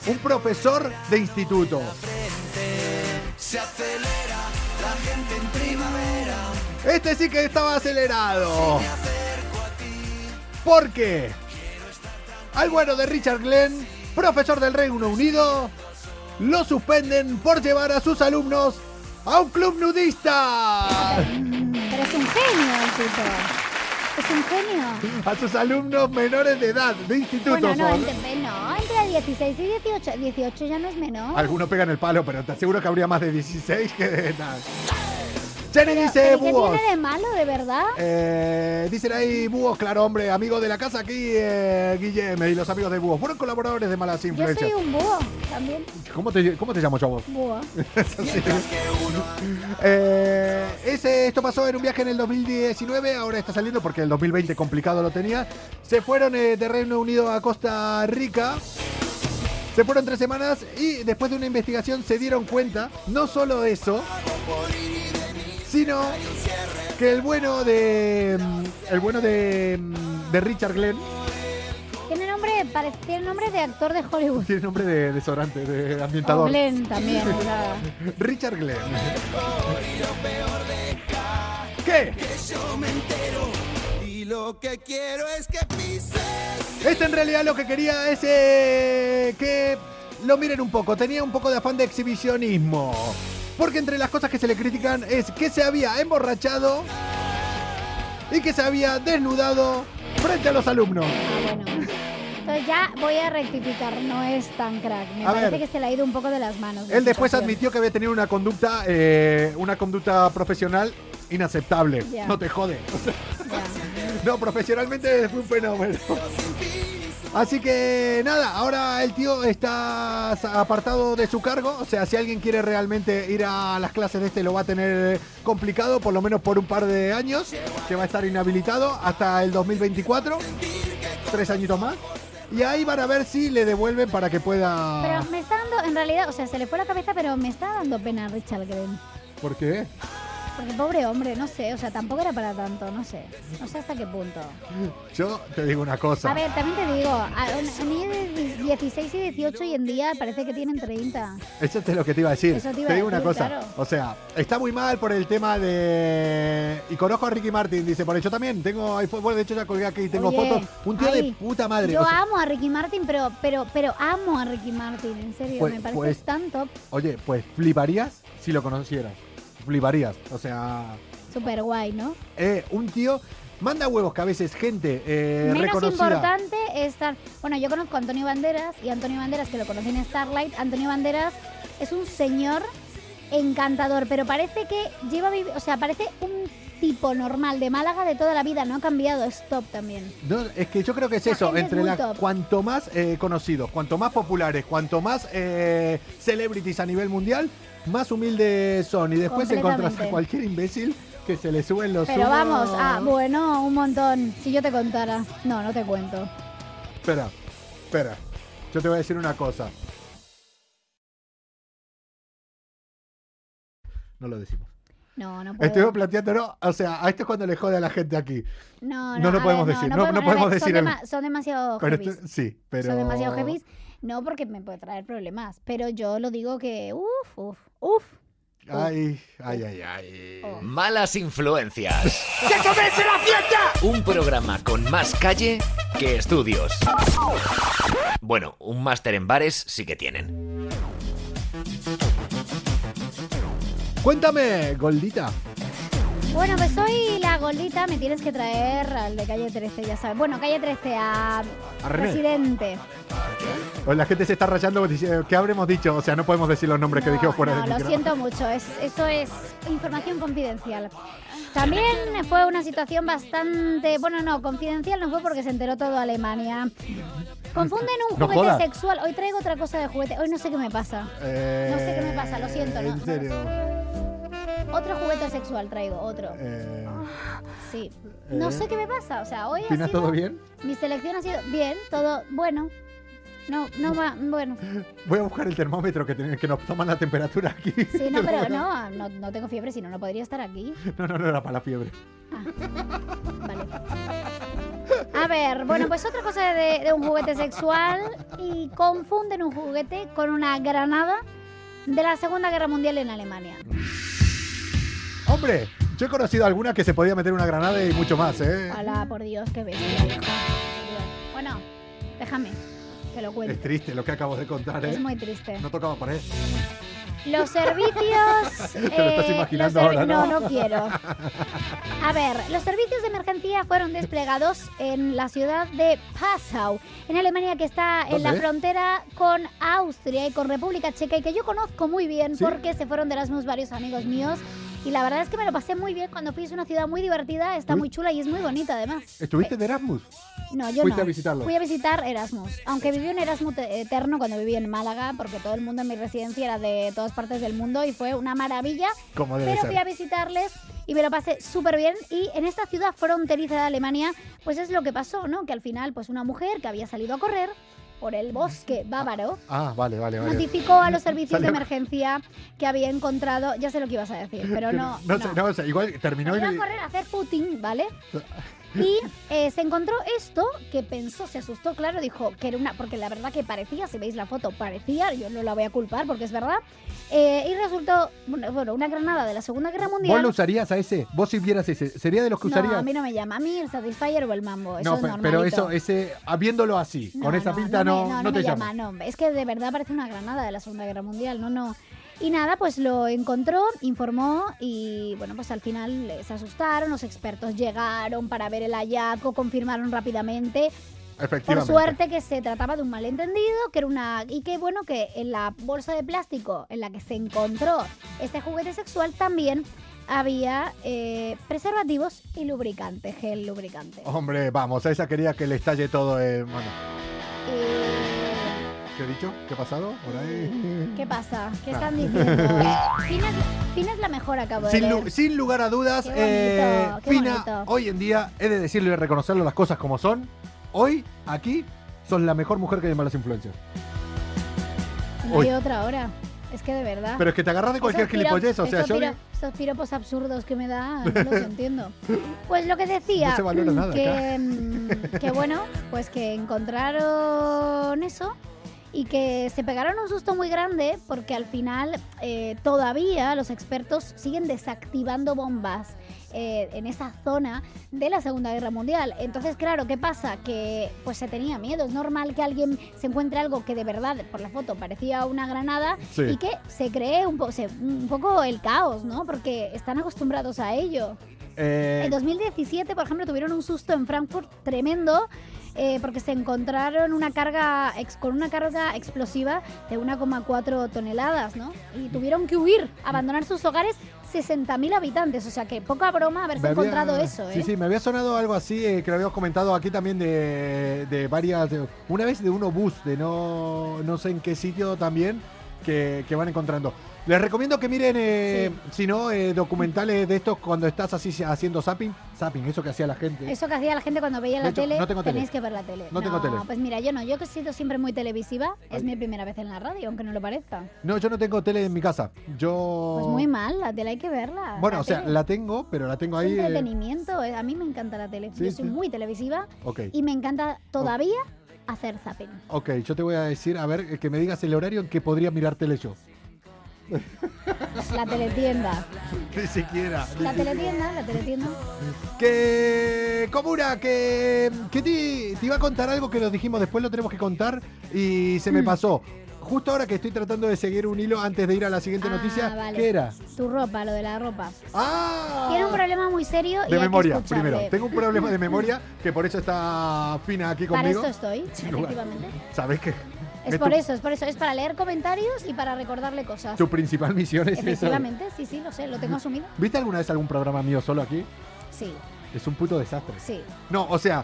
[SPEAKER 2] Un profesor de instituto.
[SPEAKER 7] Se acelera la gente en primavera.
[SPEAKER 2] Este sí que estaba acelerado. ¿Por qué? Al bueno de Richard Glenn, profesor del Reino Unido, lo suspenden por llevar a sus alumnos a un club nudista.
[SPEAKER 1] Pero es un genio el tipo. Es un genio.
[SPEAKER 2] A sus alumnos menores de edad, de instituto.
[SPEAKER 1] Bueno, no,
[SPEAKER 2] son.
[SPEAKER 1] entre, no, entre 16 y 18. 18 ya no es menor.
[SPEAKER 2] Algunos pegan el palo, pero te aseguro que habría más de 16 que de nada. Jenny dice
[SPEAKER 1] ¿Pero qué
[SPEAKER 2] búhos.
[SPEAKER 1] tiene de malo, de verdad?
[SPEAKER 2] Eh, dicen ahí búhos, claro, hombre, amigos de la casa aquí, eh, Guillem y los amigos de búhos. Fueron colaboradores de malas
[SPEAKER 1] Yo
[SPEAKER 2] influencias.
[SPEAKER 1] soy un búho también.
[SPEAKER 2] ¿Cómo, te, ¿Cómo te llamo yo a vos?
[SPEAKER 1] Búho.
[SPEAKER 2] Eh, ese, esto pasó en un viaje en el 2019, ahora está saliendo porque el 2020 complicado lo tenía. Se fueron eh, de Reino Unido a Costa Rica. Se fueron tres semanas y después de una investigación se dieron cuenta, no solo eso, sino que el bueno de mm, el bueno de, mm, de Richard Glenn
[SPEAKER 1] Tiene nombre, parece, tiene nombre de actor de Hollywood.
[SPEAKER 2] tiene nombre de desodorante, de
[SPEAKER 1] O
[SPEAKER 2] ambientador.
[SPEAKER 1] Glenn también, o sea.
[SPEAKER 2] Richard Glenn. ¿Qué?
[SPEAKER 7] Y lo que quiero es que pises.
[SPEAKER 2] Este en realidad lo que quería es eh, que lo miren un poco. Tenía un poco de afán de exhibicionismo. Porque entre las cosas que se le critican es que se había emborrachado y que se había desnudado frente a los alumnos.
[SPEAKER 1] Ah, bueno. Entonces ya voy a rectificar, no es tan crack. Me
[SPEAKER 2] A
[SPEAKER 1] parece
[SPEAKER 2] ver.
[SPEAKER 1] que se le ha ido un poco de las manos. la
[SPEAKER 2] Él después
[SPEAKER 1] situación.
[SPEAKER 2] admitió que había tenido una conducta, eh, una conducta profesional inaceptable.
[SPEAKER 1] Ya.
[SPEAKER 2] No te jode.
[SPEAKER 1] Ya.
[SPEAKER 2] No, profesionalmente fue un fenómeno. Así que nada, ahora el tío está apartado de su cargo. O sea, si alguien quiere realmente ir a las clases de este, lo va a tener complicado, por lo menos por un par de años, que va a estar inhabilitado hasta el 2024. Tres añitos más. Y ahí van a ver si le devuelven para que pueda.
[SPEAKER 1] Pero me está dando, en realidad, o sea, se le fue la cabeza, pero me está dando pena Richard Green.
[SPEAKER 2] ¿Por qué?
[SPEAKER 1] Porque pobre hombre, no sé, o sea, tampoco era para tanto, no sé. No sé hasta qué punto.
[SPEAKER 2] Yo te digo una cosa.
[SPEAKER 1] A ver, también te digo, a un niño de 16 y 18 hoy en día parece que tienen 30.
[SPEAKER 2] Eso es lo que te iba a decir.
[SPEAKER 1] Eso te
[SPEAKER 2] te,
[SPEAKER 1] iba a
[SPEAKER 2] digo una
[SPEAKER 1] decir,
[SPEAKER 2] cosa.
[SPEAKER 1] claro.
[SPEAKER 2] O sea, está muy mal por el tema de. Y conozco a Ricky Martin, dice, por yo también tengo. ahí fue- Bueno, de hecho ya colgué aquí, tengo
[SPEAKER 1] Oye,
[SPEAKER 2] fotos. Un tío
[SPEAKER 1] ahí.
[SPEAKER 2] de puta madre.
[SPEAKER 1] Yo
[SPEAKER 2] o sea,
[SPEAKER 1] amo a Ricky Martin, pero, pero, pero amo a Ricky Martin, en serio,
[SPEAKER 2] Pues-
[SPEAKER 1] me parece
[SPEAKER 2] pues-
[SPEAKER 1] tan top,
[SPEAKER 2] Oye, pues fliparías si lo conocieras. Fliparías. O sea,
[SPEAKER 1] súper guay, ¿no?
[SPEAKER 2] eh, un tío. Manda huevos que a veces gente eh,
[SPEAKER 1] Menos
[SPEAKER 2] reconocida.
[SPEAKER 1] importante es tan... Bueno, yo conozco a Antonio Banderas y Antonio Banderas, que lo conocí en Starlight, Antonio Banderas es un señor encantador, pero parece que lleva... vivi- O sea, parece un tipo normal de Málaga de toda la vida, no ha cambiado, es top también.
[SPEAKER 2] No, es que yo creo que es
[SPEAKER 1] La
[SPEAKER 2] eso,
[SPEAKER 1] gente es
[SPEAKER 2] entre
[SPEAKER 1] muy
[SPEAKER 2] la-
[SPEAKER 1] top.
[SPEAKER 2] cuanto más eh, conocidos, cuanto más populares, cuanto más eh, celebrities a nivel mundial, más humildes son. Y después encontrás a
[SPEAKER 1] Completamente.
[SPEAKER 2] cualquier imbécil que se le suben los
[SPEAKER 1] Pero
[SPEAKER 2] humos.
[SPEAKER 1] vamos, ah, bueno, un montón. Si yo te contara. No, no te cuento.
[SPEAKER 2] Espera, espera. Yo te voy a decir una cosa. No lo decimos.
[SPEAKER 1] No, no puedo.
[SPEAKER 2] Estoy planteando, no, o sea, a esto es cuando le jode a la gente aquí.
[SPEAKER 1] No,
[SPEAKER 2] no lo
[SPEAKER 1] a
[SPEAKER 2] podemos decir, no- no
[SPEAKER 1] a
[SPEAKER 2] podemos
[SPEAKER 1] ver, son
[SPEAKER 2] decir el-
[SPEAKER 1] dema- Son demasiado
[SPEAKER 2] Pero
[SPEAKER 1] heavies.
[SPEAKER 2] esto- sí, pero.
[SPEAKER 1] Son demasiado heavies. No, porque me puede traer problemas. Pero yo lo digo que, uff, uff, uff.
[SPEAKER 2] Ay, ay, ay, ay.
[SPEAKER 1] Oh.
[SPEAKER 4] Malas influencias. ¡Que comience la fiesta! Un programa con más calle que estudios. Bueno, un máster en bares sí que tienen.
[SPEAKER 2] Cuéntame, Goldita.
[SPEAKER 1] Bueno, pues soy la gordita, me tienes que traer al de calle 13, ya sabes. Bueno, calle 13, a,
[SPEAKER 2] A René.
[SPEAKER 1] Residente.
[SPEAKER 2] O La gente se está rayando diciendo que habremos dicho, o sea, no podemos decir los nombres que
[SPEAKER 1] No,
[SPEAKER 2] dijimos fuera
[SPEAKER 1] no,
[SPEAKER 2] del
[SPEAKER 1] lo
[SPEAKER 2] micrófono.
[SPEAKER 1] siento mucho, es, eso es información confidencial. También fue una situación bastante, bueno, no, confidencial no fue porque se enteró todo Alemania. Confunden un
[SPEAKER 2] No
[SPEAKER 1] juguete
[SPEAKER 2] jodas.
[SPEAKER 1] sexual. Hoy traigo otra cosa de juguete. Hoy no sé qué me pasa.
[SPEAKER 2] Eh,
[SPEAKER 1] No sé qué me pasa, lo siento, no,
[SPEAKER 2] En
[SPEAKER 1] no.
[SPEAKER 2] serio.
[SPEAKER 1] Otro juguete sexual traigo, otro.
[SPEAKER 2] Eh,
[SPEAKER 1] Sí. No
[SPEAKER 2] eh.
[SPEAKER 1] sé qué me pasa. O sea, hoy ha
[SPEAKER 2] ¿Tina,
[SPEAKER 1] sido-
[SPEAKER 2] todo bien?
[SPEAKER 1] mi selección ha sido bien, todo bueno. No, no va, bueno.
[SPEAKER 2] Voy a buscar el termómetro que, tiene- que nos toman la temperatura aquí.
[SPEAKER 1] Sí, no, pero no, no, no tengo fiebre, si no, no podría estar aquí.
[SPEAKER 2] No, no, no era para la fiebre.
[SPEAKER 1] Vale. A ver, bueno, pues otra cosa de, de un juguete sexual y confunden un juguete con una granada de la Segunda Guerra Mundial en Alemania.
[SPEAKER 2] Hombre, yo he conocido alguna que se podía meter una granada y mucho más, ¿eh?
[SPEAKER 1] Hola, por Dios, qué bestia. viejo. Bueno, déjame, te lo
[SPEAKER 2] Es
[SPEAKER 1] cuento.
[SPEAKER 2] triste lo que acabo de contar, ¿eh?
[SPEAKER 1] Es muy triste.
[SPEAKER 2] No tocaba pared.
[SPEAKER 1] Los servicios.
[SPEAKER 2] Te lo estás
[SPEAKER 1] eh,
[SPEAKER 2] imaginando
[SPEAKER 1] los servi-
[SPEAKER 2] ahora, ¿no?
[SPEAKER 1] No, no quiero. A ver, los servicios de emergencia fueron desplegados en la ciudad de Passau, en Alemania, que está en
[SPEAKER 2] ¿Dónde
[SPEAKER 1] la
[SPEAKER 2] es?
[SPEAKER 1] frontera con Austria y con República Checa, y que yo conozco muy bien
[SPEAKER 2] ¿Sí?
[SPEAKER 1] porque se fueron de Erasmus varios amigos míos. Y la verdad es que me lo pasé muy bien cuando fui. Es una ciudad muy divertida, está
[SPEAKER 2] Uy.
[SPEAKER 1] muy chula y es muy bonita además.
[SPEAKER 2] ¿Estuviste en Erasmus?
[SPEAKER 1] No, yo
[SPEAKER 2] Fuiste
[SPEAKER 1] no.
[SPEAKER 2] a visitarlo.
[SPEAKER 1] Fui a visitar Erasmus. Aunque viví un Erasmus te- eterno cuando viví en Málaga, porque todo el mundo en mi residencia era de todas partes del mundo y fue una maravilla.
[SPEAKER 2] Como debe
[SPEAKER 1] Pero fui a
[SPEAKER 2] ser.
[SPEAKER 1] visitarles y me lo pasé súper bien. Y en esta ciudad fronteriza de Alemania, pues es lo que pasó, ¿no? Que al final, pues una mujer que había salido a correr por el bosque bávaro
[SPEAKER 2] Ah, vale, vale, vale.
[SPEAKER 1] notificó a los servicios de
[SPEAKER 2] Salió-
[SPEAKER 1] emergencia que había encontrado. Ya sé lo que ibas a decir, pero no.
[SPEAKER 2] no, sé, no, o sea, igual terminó
[SPEAKER 1] Salió a
[SPEAKER 2] y...
[SPEAKER 1] correr a hacer Putin, ¿vale? Y eh, se encontró esto que pensó, se asustó, claro, dijo que era una. Porque la verdad que parecía, si veis la foto, parecía, yo no la voy a culpar porque es verdad. eh, y resultó, bueno, bueno, una granada de la Segunda Guerra Mundial.
[SPEAKER 2] ¿Vos lo usarías a ese? ¿Vos si vieras ese? ¿Sería de los que
[SPEAKER 1] No,
[SPEAKER 2] usarías?
[SPEAKER 1] a mí no me llama. A mí el Satisfyer o el Mambo. Eso
[SPEAKER 2] No,
[SPEAKER 1] es
[SPEAKER 2] pe-
[SPEAKER 1] normalito.
[SPEAKER 2] pero eso, ese, habiéndolo así,
[SPEAKER 1] No,
[SPEAKER 2] con esa
[SPEAKER 1] no,
[SPEAKER 2] pinta no,
[SPEAKER 1] me-
[SPEAKER 2] no,
[SPEAKER 1] no
[SPEAKER 2] te
[SPEAKER 1] me
[SPEAKER 2] llama.
[SPEAKER 1] no. Es que de verdad parece una granada de la Segunda Guerra Mundial, no, no. Y nada, pues lo encontró, informó y bueno, pues al final eh, se asustaron, los expertos llegaron para ver el hallazgo, confirmaron rápidamente, por
[SPEAKER 2] Efectivamente.
[SPEAKER 1] suerte que se trataba de un malentendido, que era una y que bueno que en la bolsa de plástico en la que se encontró este juguete sexual también había eh, preservativos y lubricante, gel lubricante.
[SPEAKER 2] Hombre, vamos, a esa quería que le estalle todo el... Bueno,
[SPEAKER 1] Y-
[SPEAKER 2] ¿qué he dicho? ¿Qué ha pasado? Por ahí.
[SPEAKER 1] ¿Qué pasa? ¿Qué
[SPEAKER 2] Nada.
[SPEAKER 1] están diciendo? Fina es, Fina es la mejor, acabo de
[SPEAKER 2] Sin,
[SPEAKER 1] leer.
[SPEAKER 2] lu- sin lugar a dudas,
[SPEAKER 1] Qué bonito,
[SPEAKER 2] eh,
[SPEAKER 1] qué
[SPEAKER 2] Fina,
[SPEAKER 1] bonito.
[SPEAKER 2] hoy en día he de decirle y reconocerlo las cosas como son. Hoy, aquí, sos la mejor mujer que hay en malas influencias.
[SPEAKER 1] No hay
[SPEAKER 2] Uy.
[SPEAKER 1] otra ahora. Es que de verdad.
[SPEAKER 2] Pero es que te agarras de cualquier
[SPEAKER 1] Esos Ah, piro-
[SPEAKER 2] gilipollez, o sea,
[SPEAKER 1] esos
[SPEAKER 2] yo
[SPEAKER 1] piro- Estos piropos absurdos que me da, no los entiendo. Pues lo que decía.
[SPEAKER 2] No se valora
[SPEAKER 1] mm,
[SPEAKER 2] nada
[SPEAKER 1] Que,
[SPEAKER 2] acá.
[SPEAKER 1] mm, que bueno, pues que encontraron eso y que se pegaron un susto muy grande porque al final eh, todavía los expertos siguen desactivando bombas. eh, en esa zona de la Segunda Guerra Mundial. Entonces, claro, ¿qué pasa? Que pues se tenía miedo. Es normal que alguien se encuentre algo que de verdad, por la foto, parecía una granada
[SPEAKER 2] Sí.
[SPEAKER 1] y que se cree un, po- se- un poco el caos, ¿no? Porque están acostumbrados a ello.
[SPEAKER 2] eh,
[SPEAKER 1] En 2017, por ejemplo, tuvieron un susto en Frankfurt tremendo eh, porque se encontraron una carga ex- con una carga explosiva de 1,4 toneladas, ¿no? Y tuvieron que huir, abandonar sus hogares 60.000 habitantes. O sea que poca broma haberse
[SPEAKER 2] me había-
[SPEAKER 1] encontrado eso, ¿eh?
[SPEAKER 2] Sí, sí, me había sonado algo así eh, que lo habíamos comentado aquí también de, de varias. de- una vez de un obús, de no, no sé en qué sitio también, que, que van encontrando. Les recomiendo que miren, eh, si no, eh, documentales de estos cuando estás así haciendo zapping. Zapping, eso que hacía la gente.
[SPEAKER 1] Eso que hacía la gente cuando veía
[SPEAKER 2] De
[SPEAKER 1] la
[SPEAKER 2] hecho,
[SPEAKER 1] tele,
[SPEAKER 2] no tengo tele.
[SPEAKER 1] tenéis que ver la tele.
[SPEAKER 2] No tengo tele.
[SPEAKER 1] pues mira, yo no, yo que he sido siempre muy televisiva, es
[SPEAKER 2] Ay.
[SPEAKER 1] mi primera vez en la radio, aunque no lo parezca.
[SPEAKER 2] No, yo no tengo tele en mi casa. Yo.
[SPEAKER 1] Pues muy mal, la tele hay que verla.
[SPEAKER 2] Bueno, o sea,
[SPEAKER 1] tele.
[SPEAKER 2] la tengo, pero la tengo
[SPEAKER 1] Es
[SPEAKER 2] ahí. eh,
[SPEAKER 1] entretenimiento, eh, a mí me encanta la tele.
[SPEAKER 2] Sí,
[SPEAKER 1] yo soy
[SPEAKER 2] sí.
[SPEAKER 1] muy televisiva
[SPEAKER 2] ok.
[SPEAKER 1] y me encanta todavía hacer zapping.
[SPEAKER 2] Ok, yo te voy a decir, a ver, eh, que me digas el horario en que podría mirar tele yo.
[SPEAKER 1] La teletienda.
[SPEAKER 2] Ni siquiera.
[SPEAKER 1] La teletienda, la teletienda.
[SPEAKER 2] Que. Comura, que. Que te, te iba a contar algo que nos dijimos, después lo tenemos que contar y se me
[SPEAKER 1] Mm.
[SPEAKER 2] pasó. Justo ahora que estoy tratando de seguir un hilo antes de ir a la siguiente
[SPEAKER 1] Ah,
[SPEAKER 2] noticia,
[SPEAKER 1] vale.
[SPEAKER 2] ¿qué era?
[SPEAKER 1] Tu ropa, lo de la ropa.
[SPEAKER 2] ¡Ah!
[SPEAKER 1] Tiene un problema muy serio y
[SPEAKER 2] de
[SPEAKER 1] hay que eh.
[SPEAKER 2] memoria,
[SPEAKER 1] escucharle.
[SPEAKER 2] primero. Tengo un problema de memoria, que por eso está Fina aquí
[SPEAKER 1] Para
[SPEAKER 2] conmigo.
[SPEAKER 1] esto estoy,
[SPEAKER 2] Sin lugar.
[SPEAKER 1] efectivamente.
[SPEAKER 2] ¿Sabes qué?
[SPEAKER 1] Es
[SPEAKER 2] Me
[SPEAKER 1] por
[SPEAKER 2] tu-
[SPEAKER 1] eso, es por eso. Es para leer comentarios y para recordarle cosas.
[SPEAKER 2] Tu principal misión es esa.
[SPEAKER 1] Efectivamente, sí, sí, lo sé, lo tengo asumido.
[SPEAKER 2] ¿Viste alguna vez algún programa mío solo aquí?
[SPEAKER 1] Sí,
[SPEAKER 2] Es un puto desastre.
[SPEAKER 1] sí.
[SPEAKER 2] No, o sea,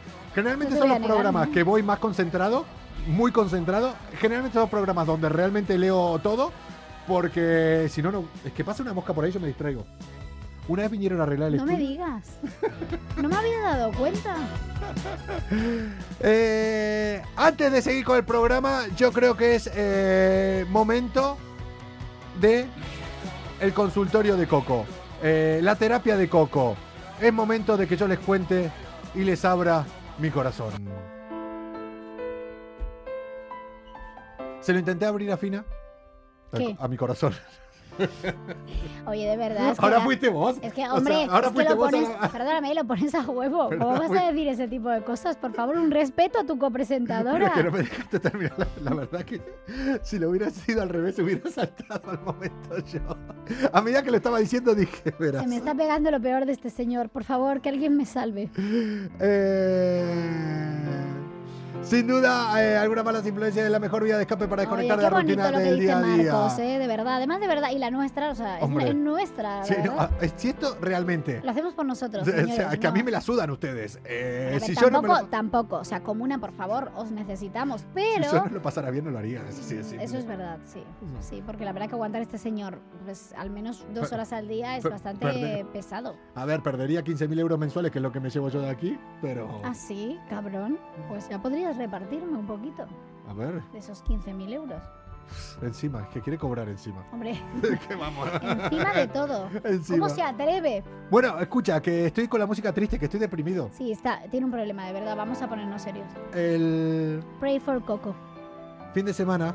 [SPEAKER 1] No
[SPEAKER 2] generalmente
[SPEAKER 1] te voy
[SPEAKER 2] son los
[SPEAKER 1] a negar,
[SPEAKER 2] programas
[SPEAKER 1] ¿no?
[SPEAKER 2] que voy más concentrado, muy concentrado. Generalmente son los programas donde realmente leo todo, porque si no, no. Es que pasa una mosca por ahí, yo me distraigo. Una vez vinieron a arreglar el
[SPEAKER 1] No me
[SPEAKER 2] estudio.
[SPEAKER 1] digas. No me había dado cuenta.
[SPEAKER 2] Eh, antes de seguir con el programa, yo creo que es eh, momento de el consultorio de Coco, eh, la terapia de Coco. Es momento de que yo les cuente y les abra mi corazón. Se lo intenté abrir a Fina. Al-
[SPEAKER 1] ¿Qué?
[SPEAKER 2] A mi corazón.
[SPEAKER 1] Oye, de verdad. es que
[SPEAKER 2] ahora
[SPEAKER 1] ya-
[SPEAKER 2] fuiste vos.
[SPEAKER 1] Es que,
[SPEAKER 2] O sea,
[SPEAKER 1] hombre, es
[SPEAKER 2] ahora
[SPEAKER 1] que
[SPEAKER 2] fuiste
[SPEAKER 1] lo
[SPEAKER 2] vos a
[SPEAKER 1] pones,
[SPEAKER 2] la- a-
[SPEAKER 1] perdóname, lo pones a huevo. ¿Cómo
[SPEAKER 2] Perdón,
[SPEAKER 1] vas
[SPEAKER 2] fui-
[SPEAKER 1] a decir ese tipo de cosas? Por favor, un respeto a tu
[SPEAKER 2] Mira
[SPEAKER 1] copresentadora.
[SPEAKER 2] que no me dejaste terminar. La, la verdad que si lo hubiera sido al revés, hubiera saltado al momento yo. A medida que lo estaba diciendo, dije, verás.
[SPEAKER 1] Se me está pegando lo peor de este señor. Por favor, que alguien me salve.
[SPEAKER 2] Eh, sin duda, eh, algunas malas influencias es la mejor vía de escape para
[SPEAKER 1] Oye,
[SPEAKER 2] desconectar de
[SPEAKER 1] qué
[SPEAKER 2] la rutina
[SPEAKER 1] bonito lo que
[SPEAKER 2] del
[SPEAKER 1] dice
[SPEAKER 2] día a día.
[SPEAKER 1] Marcos, ¿eh? de verdad. Además, de verdad, y la nuestra, o sea, es,
[SPEAKER 2] Hombre.
[SPEAKER 1] es nuestra.
[SPEAKER 2] Sí,
[SPEAKER 1] la
[SPEAKER 2] no,
[SPEAKER 1] verdad.
[SPEAKER 2] ah, es- si esto realmente.
[SPEAKER 1] Lo hacemos por nosotros.
[SPEAKER 2] o sea,
[SPEAKER 1] señores,
[SPEAKER 2] que a mí
[SPEAKER 1] no.
[SPEAKER 2] me la sudan ustedes. Eh,
[SPEAKER 1] A ver,
[SPEAKER 2] si yo no
[SPEAKER 1] tampoco,
[SPEAKER 2] me lo, si
[SPEAKER 1] tampoco. O sea, comuna, por favor, os necesitamos. Pero
[SPEAKER 2] yo no lo pasara bien, no lo haría. Eso, sí, sí.
[SPEAKER 1] Eso es verdad, sí.
[SPEAKER 2] No.
[SPEAKER 1] Sí, porque la verdad que aguantar a este señor pues, al menos dos
[SPEAKER 2] Per-
[SPEAKER 1] horas al día es
[SPEAKER 2] per-
[SPEAKER 1] bastante
[SPEAKER 2] perder.
[SPEAKER 1] pesado.
[SPEAKER 2] A ver, perdería 15.000 euros mensuales, que es lo que me llevo yo de aquí, pero.
[SPEAKER 1] Así, cabrón, pues ya podrías repartirme un poquito
[SPEAKER 2] A ver.
[SPEAKER 1] de esos 15.000 euros.
[SPEAKER 2] Encima, es que quiere cobrar encima.
[SPEAKER 1] Hombre,
[SPEAKER 2] ¿Qué vamos?
[SPEAKER 1] encima de todo.
[SPEAKER 2] Encima.
[SPEAKER 1] ¿Cómo se atreve?
[SPEAKER 2] Bueno, escucha, que estoy con la música triste, que estoy deprimido.
[SPEAKER 1] Sí, está, tiene un problema, de verdad. Vamos a ponernos serios.
[SPEAKER 2] El
[SPEAKER 1] Pray for Coco.
[SPEAKER 2] fin de semana,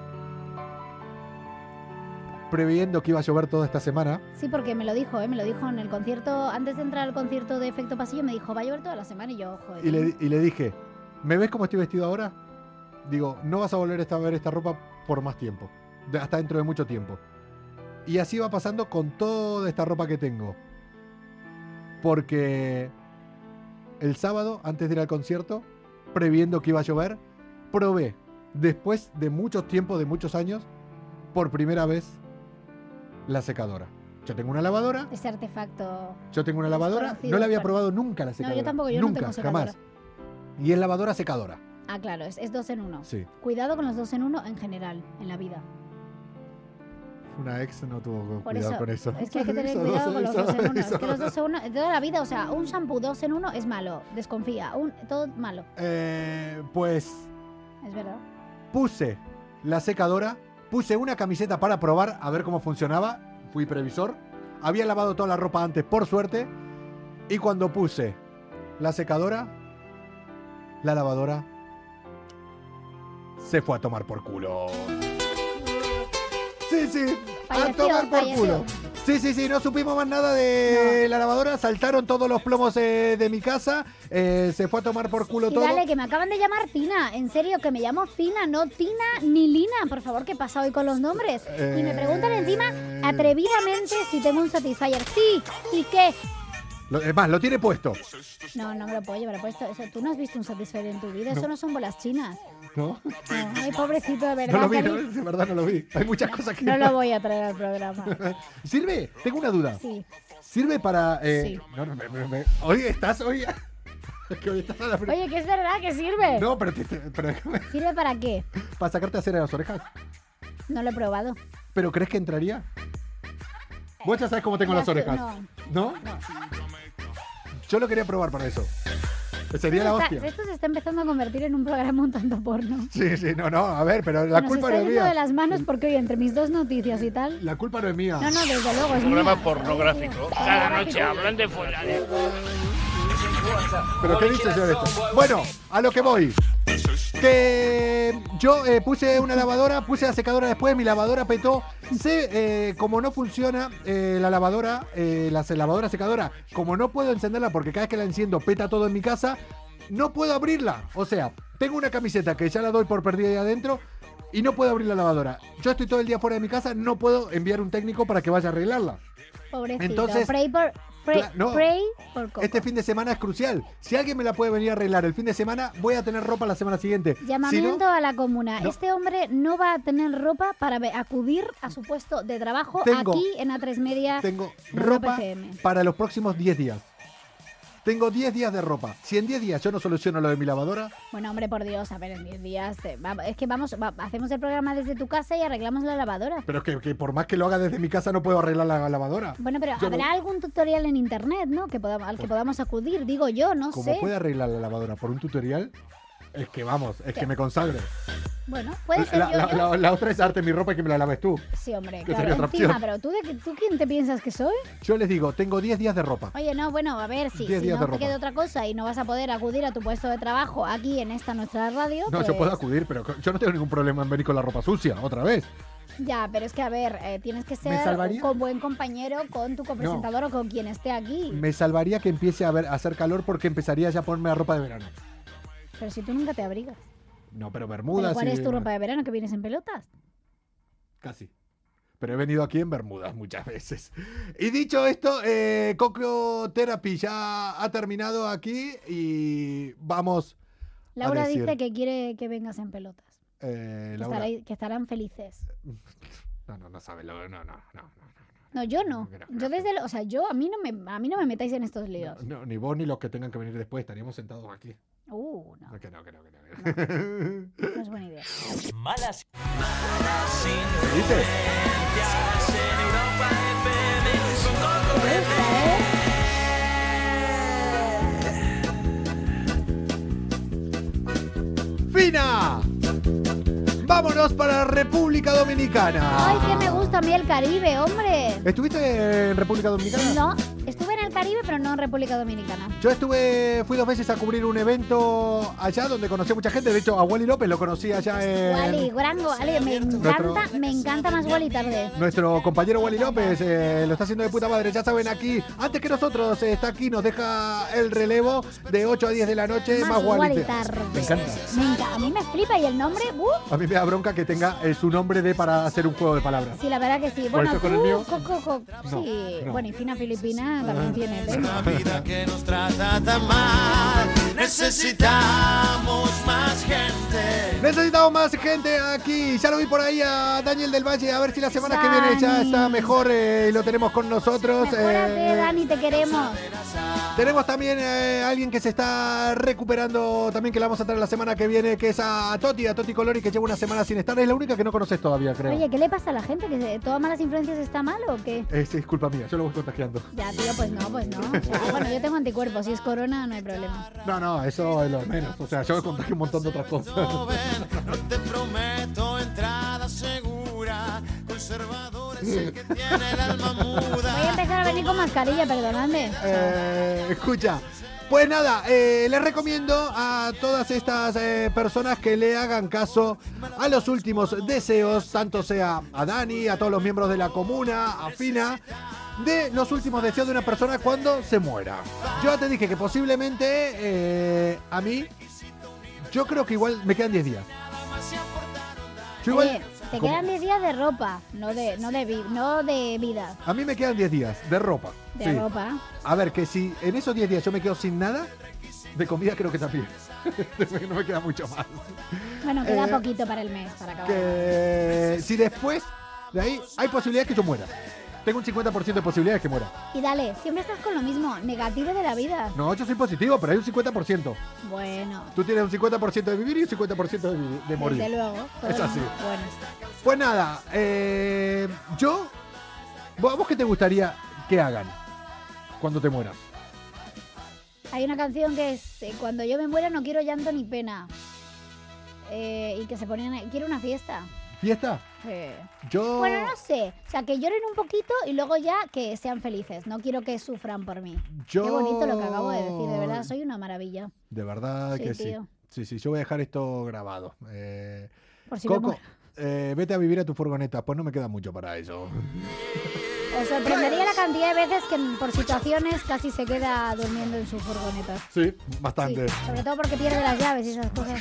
[SPEAKER 2] previendo que iba a llover toda esta semana,
[SPEAKER 1] Sí, porque me lo dijo, ¿eh? me lo dijo en el concierto. Antes de entrar al concierto de Efecto Pasillo, me dijo, va a llover toda la semana. Y yo, joder.
[SPEAKER 2] y le, y le dije, ¿me ves cómo estoy vestido ahora? Digo, no vas a volver esta- a ver esta ropa por más tiempo, de- hasta dentro de mucho tiempo. Y así va pasando con toda esta ropa que tengo. Porque el sábado, antes de ir al concierto, previendo que iba a llover, probé, después de muchos tiempos, de muchos años, por primera vez, la secadora. Yo tengo una lavadora,
[SPEAKER 1] Ese Este artefacto.
[SPEAKER 2] yo tengo una lavadora,
[SPEAKER 1] Desconocido,
[SPEAKER 2] no la había
[SPEAKER 1] bueno.
[SPEAKER 2] probado nunca la secadora.
[SPEAKER 1] tampoco, yo no
[SPEAKER 2] nunca,
[SPEAKER 1] tengo secadora.
[SPEAKER 2] jamás. Y es lavadora secadora,
[SPEAKER 1] Ah, claro, es, es dos en uno.
[SPEAKER 2] sí.
[SPEAKER 1] Cuidado con los dos en uno en general, en la vida.
[SPEAKER 2] Una ex no tuvo
[SPEAKER 1] Por
[SPEAKER 2] cuidado
[SPEAKER 1] eso,
[SPEAKER 2] con eso.
[SPEAKER 1] Es que hay que tener
[SPEAKER 2] Hizo
[SPEAKER 1] cuidado
[SPEAKER 2] dos,
[SPEAKER 1] con los
[SPEAKER 2] hizo
[SPEAKER 1] dos en uno.
[SPEAKER 2] dos,
[SPEAKER 1] Es que los
[SPEAKER 2] hizo
[SPEAKER 1] dos en uno, de toda la vida, o sea, un shampoo dos en uno es malo. Desconfía. Un, todo malo,
[SPEAKER 2] Eh, pues
[SPEAKER 1] es verdad.
[SPEAKER 2] puse la secadora, puse una camiseta para probar a ver cómo funcionaba. Fui previsor. Había lavado toda la ropa antes, por suerte. Y cuando puse la secadora, la lavadora se fue a tomar por culo. Sí, sí, a
[SPEAKER 1] Falleció,
[SPEAKER 2] tomar por
[SPEAKER 1] falleció.
[SPEAKER 2] culo. Sí, sí, sí, no supimos más nada de la lavadora. Saltaron todos los plomos eh, de mi casa. eh, se fue a tomar por culo
[SPEAKER 1] Y
[SPEAKER 2] todo.
[SPEAKER 1] dale, que me acaban de llamar Tina. En serio, que me llamo Fina, no Tina ni Lina. Por favor, ¿qué pasa hoy con los nombres? Y me preguntan encima
[SPEAKER 2] Eh.
[SPEAKER 1] atrevidamente si tengo un Satisfyer. Sí, ¿y qué?
[SPEAKER 2] Lo- es más, lo tiene puesto.
[SPEAKER 1] No, no me lo puedo llevar puesto. Eso, tú no has visto un Satisfyer en tu vida. Eso no son bolas chinas.
[SPEAKER 2] ¿No?
[SPEAKER 1] No, ay, pobrecito, de verdad.
[SPEAKER 2] No lo vi,
[SPEAKER 1] que
[SPEAKER 2] no, de verdad no lo vi. Hay muchas cosas que.
[SPEAKER 1] no lo voy a traer al programa.
[SPEAKER 2] ¿Sirve? Tengo una duda.
[SPEAKER 1] Sí.
[SPEAKER 2] ¿Sirve para.? eh,
[SPEAKER 1] Sí.
[SPEAKER 2] no, no, me- me- me- Hoy estás hoy. es que hoy estás a la fre-
[SPEAKER 1] Oye, que es verdad que sirve.
[SPEAKER 2] No, pero, te- te- pero déjame-
[SPEAKER 1] ¿Sirve para qué?
[SPEAKER 2] Para sacarte a hacer en las orejas.
[SPEAKER 1] No lo he probado.
[SPEAKER 2] ¿Pero crees que entraría? Vos ya sabes cómo tengo
[SPEAKER 1] ya
[SPEAKER 2] las
[SPEAKER 1] sé,
[SPEAKER 2] orejas. ¿No? Yo lo quería probar para eso. Sería la
[SPEAKER 1] Está-
[SPEAKER 2] hostia.
[SPEAKER 1] esto se está empezando a convertir en un programa un tanto porno.
[SPEAKER 2] Sí, sí, no, no, a ver, pero la
[SPEAKER 1] Se nos
[SPEAKER 2] culpa no
[SPEAKER 1] está
[SPEAKER 2] es
[SPEAKER 1] yendo
[SPEAKER 2] mía.
[SPEAKER 1] de las manos porque hoy entre mis dos noticias y tal.
[SPEAKER 2] La culpa no es mía.
[SPEAKER 1] No, no, desde luego es
[SPEAKER 4] Un programa
[SPEAKER 1] mía.
[SPEAKER 4] pornográfico. Cada noche hablan de follar.
[SPEAKER 2] ¿Pero qué dices sobre esto? Bueno, a lo que voy. Que yo eh, puse una lavadora, puse la secadora después, mi lavadora petó. Sé, eh, como no funciona eh, la lavadora, eh, la se- lavadora secadora, como no puedo encenderla porque cada vez que la enciendo peta todo en mi casa, no puedo abrirla. O sea, tengo una camiseta que ya la doy por perdida ahí adentro y no puedo abrir la lavadora. Yo estoy todo el día fuera de mi casa, no puedo enviar un técnico para que vaya a arreglarla.
[SPEAKER 1] Pobrecito.
[SPEAKER 2] Entonces-
[SPEAKER 1] pray por, pray,
[SPEAKER 2] Cla- no.
[SPEAKER 1] pray por Coco.
[SPEAKER 2] Este fin de semana es crucial. Si alguien me la puede venir a arreglar el fin de semana, voy a tener ropa la semana siguiente. Si no,
[SPEAKER 1] Llamamiento a la comuna.
[SPEAKER 2] No.
[SPEAKER 1] Este hombre no va a tener ropa para ve- acudir a su puesto de trabajo
[SPEAKER 2] Tengo-
[SPEAKER 1] aquí en A3 Media.
[SPEAKER 2] tengo
[SPEAKER 1] Europa
[SPEAKER 2] ropa
[SPEAKER 1] FM.
[SPEAKER 2] para los próximos 10 días. Tengo 10 días de ropa. Si en 10 días yo no soluciono lo de mi lavadora,
[SPEAKER 1] Bueno, hombre, por Dios, a ver, en 10 días. eh, va- es que vamos, va- hacemos el programa desde tu casa y arreglamos la lavadora.
[SPEAKER 2] pero es que, que por más que lo haga desde mi casa no puedo arreglar la lavadora.
[SPEAKER 1] Bueno, pero
[SPEAKER 2] Yo Pues
[SPEAKER 1] habrá algún tutorial en internet, ¿no? Que podamos, al que podamos acudir, digo yo, no
[SPEAKER 2] Como
[SPEAKER 1] sé.
[SPEAKER 2] puede arreglar la lavadora por un tutorial, es que vamos, es que me consagre.
[SPEAKER 1] Bueno, puede ser
[SPEAKER 2] La,
[SPEAKER 1] yo, ¿eh?
[SPEAKER 2] la-
[SPEAKER 1] yo-
[SPEAKER 2] la- la otra es arte mi ropa y que me la laves tú.
[SPEAKER 1] Sí, hombre,
[SPEAKER 2] que
[SPEAKER 1] claro.
[SPEAKER 2] sería otra
[SPEAKER 1] Encima,
[SPEAKER 2] opción.
[SPEAKER 1] pero ¿tú, de, qué- ¿tú quién te piensas que soy?
[SPEAKER 2] Yo les digo, tengo 10 días de ropa.
[SPEAKER 1] Oye, no, bueno, a ver, si,
[SPEAKER 2] Diez
[SPEAKER 1] si
[SPEAKER 2] días
[SPEAKER 1] no te
[SPEAKER 2] de ropa.
[SPEAKER 1] queda otra cosa y no vas a poder acudir a tu puesto de trabajo aquí en esta nuestra radio.
[SPEAKER 2] No, yo
[SPEAKER 1] pues-
[SPEAKER 2] puedo acudir, pero yo no tengo ningún problema en venir con la ropa sucia, otra vez.
[SPEAKER 1] Ya, pero es que, a ver, eh, tienes que ser
[SPEAKER 2] salvaría?
[SPEAKER 1] un buen compañero con tu copresentador o con quien esté aquí.
[SPEAKER 2] Me salvaría que empiece a, ver, a hacer calor porque empezaría ya a ponerme la ropa de verano.
[SPEAKER 1] Pero si tú nunca te abrigas.
[SPEAKER 2] No, pero
[SPEAKER 1] ¿Pero
[SPEAKER 2] bermudas.
[SPEAKER 1] ¿Cuál
[SPEAKER 2] y-
[SPEAKER 1] es tu ropa de verano que vienes en pelotas?
[SPEAKER 2] Casi. Pero he venido aquí en Bermudas muchas veces. Y dicho esto, eh, Coco Therapy ya ha terminado aquí y vamos.
[SPEAKER 1] Laura
[SPEAKER 2] decir-
[SPEAKER 1] dice que quiere que vengas en pelotas.
[SPEAKER 2] eh,
[SPEAKER 1] Que,
[SPEAKER 2] Laura.
[SPEAKER 1] estaréis- que estarán felices.
[SPEAKER 2] No, no, no sabe. Laura, No, no, no, no.
[SPEAKER 1] No, yo no.
[SPEAKER 2] Gracias.
[SPEAKER 1] Yo desde, el- o sea, yo a mí no me, a mí no me metáis en estos líos.
[SPEAKER 2] No, ni vos ni los que tengan que venir después estaríamos sentados aquí.
[SPEAKER 1] Uh, no,
[SPEAKER 2] No, que no, que no, que no.
[SPEAKER 1] no es buena idea.
[SPEAKER 4] Malas.
[SPEAKER 2] ¿Viste? ¡Fina!
[SPEAKER 9] Vámonos para República Dominicana.
[SPEAKER 1] Ay, que me gusta a mí el Caribe, hombre.
[SPEAKER 2] ¿Estuviste en República Dominicana?
[SPEAKER 1] No, estuve en el Caribe, pero no en República Dominicana.
[SPEAKER 2] Yo estuve, fui dos veces a cubrir un evento allá donde conocí a mucha gente. De hecho, a Wally López lo conocí allá en.
[SPEAKER 1] Wally, gran Wally, me encanta, me encanta más Wally tarde.
[SPEAKER 2] Nuestro compañero Wally López eh, lo está haciendo de puta madre, ya saben aquí, antes que nosotros eh, está aquí, nos deja el relevo de 8 a 10 de la noche, más,
[SPEAKER 1] Más
[SPEAKER 2] Wally.
[SPEAKER 1] Wally tarde.
[SPEAKER 2] Me encanta.
[SPEAKER 1] Me enca- a mí me flipa y el nombre, uh,
[SPEAKER 2] A mí me da bronca que tenga eh, su nombre de para hacer un juego de palabras.
[SPEAKER 1] sí, la verdad que sí.
[SPEAKER 2] Por
[SPEAKER 1] Bueno,
[SPEAKER 2] eso con
[SPEAKER 1] tú,
[SPEAKER 2] el mío-
[SPEAKER 1] co- co- co- sí.
[SPEAKER 2] no. Ah.
[SPEAKER 1] Bueno, y Fina Filipina también tiene. ¿eh?
[SPEAKER 10] La vida que nos trata tan mal. Necesitamos más gente.
[SPEAKER 2] Necesitamos más gente aquí. Ya lo vi por ahí a Daniel del Valle. A ver si la semana que viene ya
[SPEAKER 1] Dani.
[SPEAKER 2] está mejor eh, y lo tenemos con nosotros.
[SPEAKER 1] Mejórate,
[SPEAKER 2] Eh,
[SPEAKER 1] Dani, te queremos.
[SPEAKER 2] Tenemos también eh, alguien que se está recuperando, también que la vamos a traer la semana que viene, que es a Toti, a Toti Colori, que lleva una semana sin estar. Es la única que no conoces todavía, creo.
[SPEAKER 1] Oye, ¿qué le pasa a la gente? ¿Que de todas malas influencias está mal o qué?
[SPEAKER 2] Es, es culpa mía, yo lo voy contagiando.
[SPEAKER 1] Ya, tío, pues no, pues no. O sea, bueno, yo tengo anticuerpos, si es corona no hay problema.
[SPEAKER 2] No, no, eso es lo de menos. O sea, yo me contagio un montón de otras cosas.
[SPEAKER 10] Joven, no te prometo entrada segura. Conservador es el que tiene el alma
[SPEAKER 1] Voy a
[SPEAKER 10] muda.
[SPEAKER 1] empezar a venir con mascarilla, perdonadme.
[SPEAKER 2] Eh, escucha. Pues nada, eh, les recomiendo a todas estas eh, personas que le hagan caso a los últimos deseos, tanto sea a Dani, a todos los miembros de la comuna, a Fina, de los últimos deseos de una persona cuando se muera. Yo ya te dije que posiblemente eh, a mí, yo creo que igual me quedan 10 días. Yo igual-
[SPEAKER 1] Oye, Eh, te
[SPEAKER 2] ¿Cómo?
[SPEAKER 1] quedan 10 días de ropa, no de, no de, vi- no de vida,
[SPEAKER 2] A mí me quedan 10 días de ropa.
[SPEAKER 1] de
[SPEAKER 2] sí.
[SPEAKER 1] ropa.
[SPEAKER 2] A ver, que si en esos 10 días yo me quedo sin nada, de comida creo que también. no me queda mucho más.
[SPEAKER 1] Bueno, queda
[SPEAKER 2] Eh,
[SPEAKER 1] poquito para el mes, para acabar.
[SPEAKER 2] Que si después de ahí hay posibilidades que yo muera. Tengo un 50% de posibilidades que muera.
[SPEAKER 1] Y dale, siempre estás con lo mismo, negativo de la vida.
[SPEAKER 2] No, yo soy positivo, pero hay un 50%.
[SPEAKER 1] Bueno,
[SPEAKER 2] Tú tienes un 50% de vivir y un 50% de, vi- de morir.
[SPEAKER 1] desde luego. todo
[SPEAKER 2] Es
[SPEAKER 1] el
[SPEAKER 2] así.
[SPEAKER 1] mundo- Bueno,
[SPEAKER 2] Pues nada, eh, yo... ¿vo- ¿A vos qué te gustaría que hagan cuando te mueras?
[SPEAKER 1] hay una canción que es eh, Cuando yo me muera no quiero llanto ni pena. Eh, y que se ponían, quiero una fiesta.
[SPEAKER 2] ¿Fiesta?
[SPEAKER 1] Eh,
[SPEAKER 2] Yo...
[SPEAKER 1] Bueno, no sé. O sea, que lloren un poquito y luego ya que sean felices. No quiero que sufran por mí.
[SPEAKER 2] yo...
[SPEAKER 1] Qué bonito lo que acabo de decir, de verdad, soy una maravilla.
[SPEAKER 2] De verdad
[SPEAKER 1] Sí,
[SPEAKER 2] que sí.
[SPEAKER 1] tío.
[SPEAKER 2] Sí, sí, yo voy a dejar esto grabado. Eh,
[SPEAKER 1] Por si me
[SPEAKER 2] Coco,
[SPEAKER 1] muero.
[SPEAKER 2] eh, vete a vivir a tu furgoneta, pues no me queda mucho para eso.
[SPEAKER 1] Os sorprendería la cantidad de veces que por situaciones casi se queda durmiendo en su furgoneta.
[SPEAKER 2] Sí,
[SPEAKER 1] Sí,
[SPEAKER 2] bastante.
[SPEAKER 1] sobre todo porque pierde las llaves y esas cosas.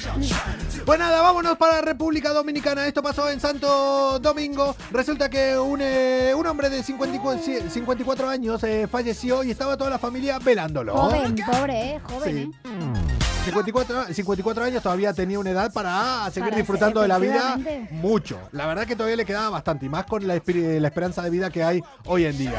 [SPEAKER 2] Pues nada, vámonos para República Dominicana. Esto pasó en Santo Domingo. Resulta que un, eh, un hombre de 54, 54 años eh, falleció y estaba toda la familia velándolo.
[SPEAKER 1] Joven, pobre, ¿eh? Joven,
[SPEAKER 2] Sí.
[SPEAKER 1] ¿eh?
[SPEAKER 2] 54, 54 años todavía tenía una edad para seguir
[SPEAKER 1] Para
[SPEAKER 2] disfrutando
[SPEAKER 1] ser-
[SPEAKER 2] de la vida
[SPEAKER 1] efectivamente.
[SPEAKER 2] mucho. La verdad que todavía le quedaba bastante y más con la, espi- la esperanza de vida que hay hoy en día.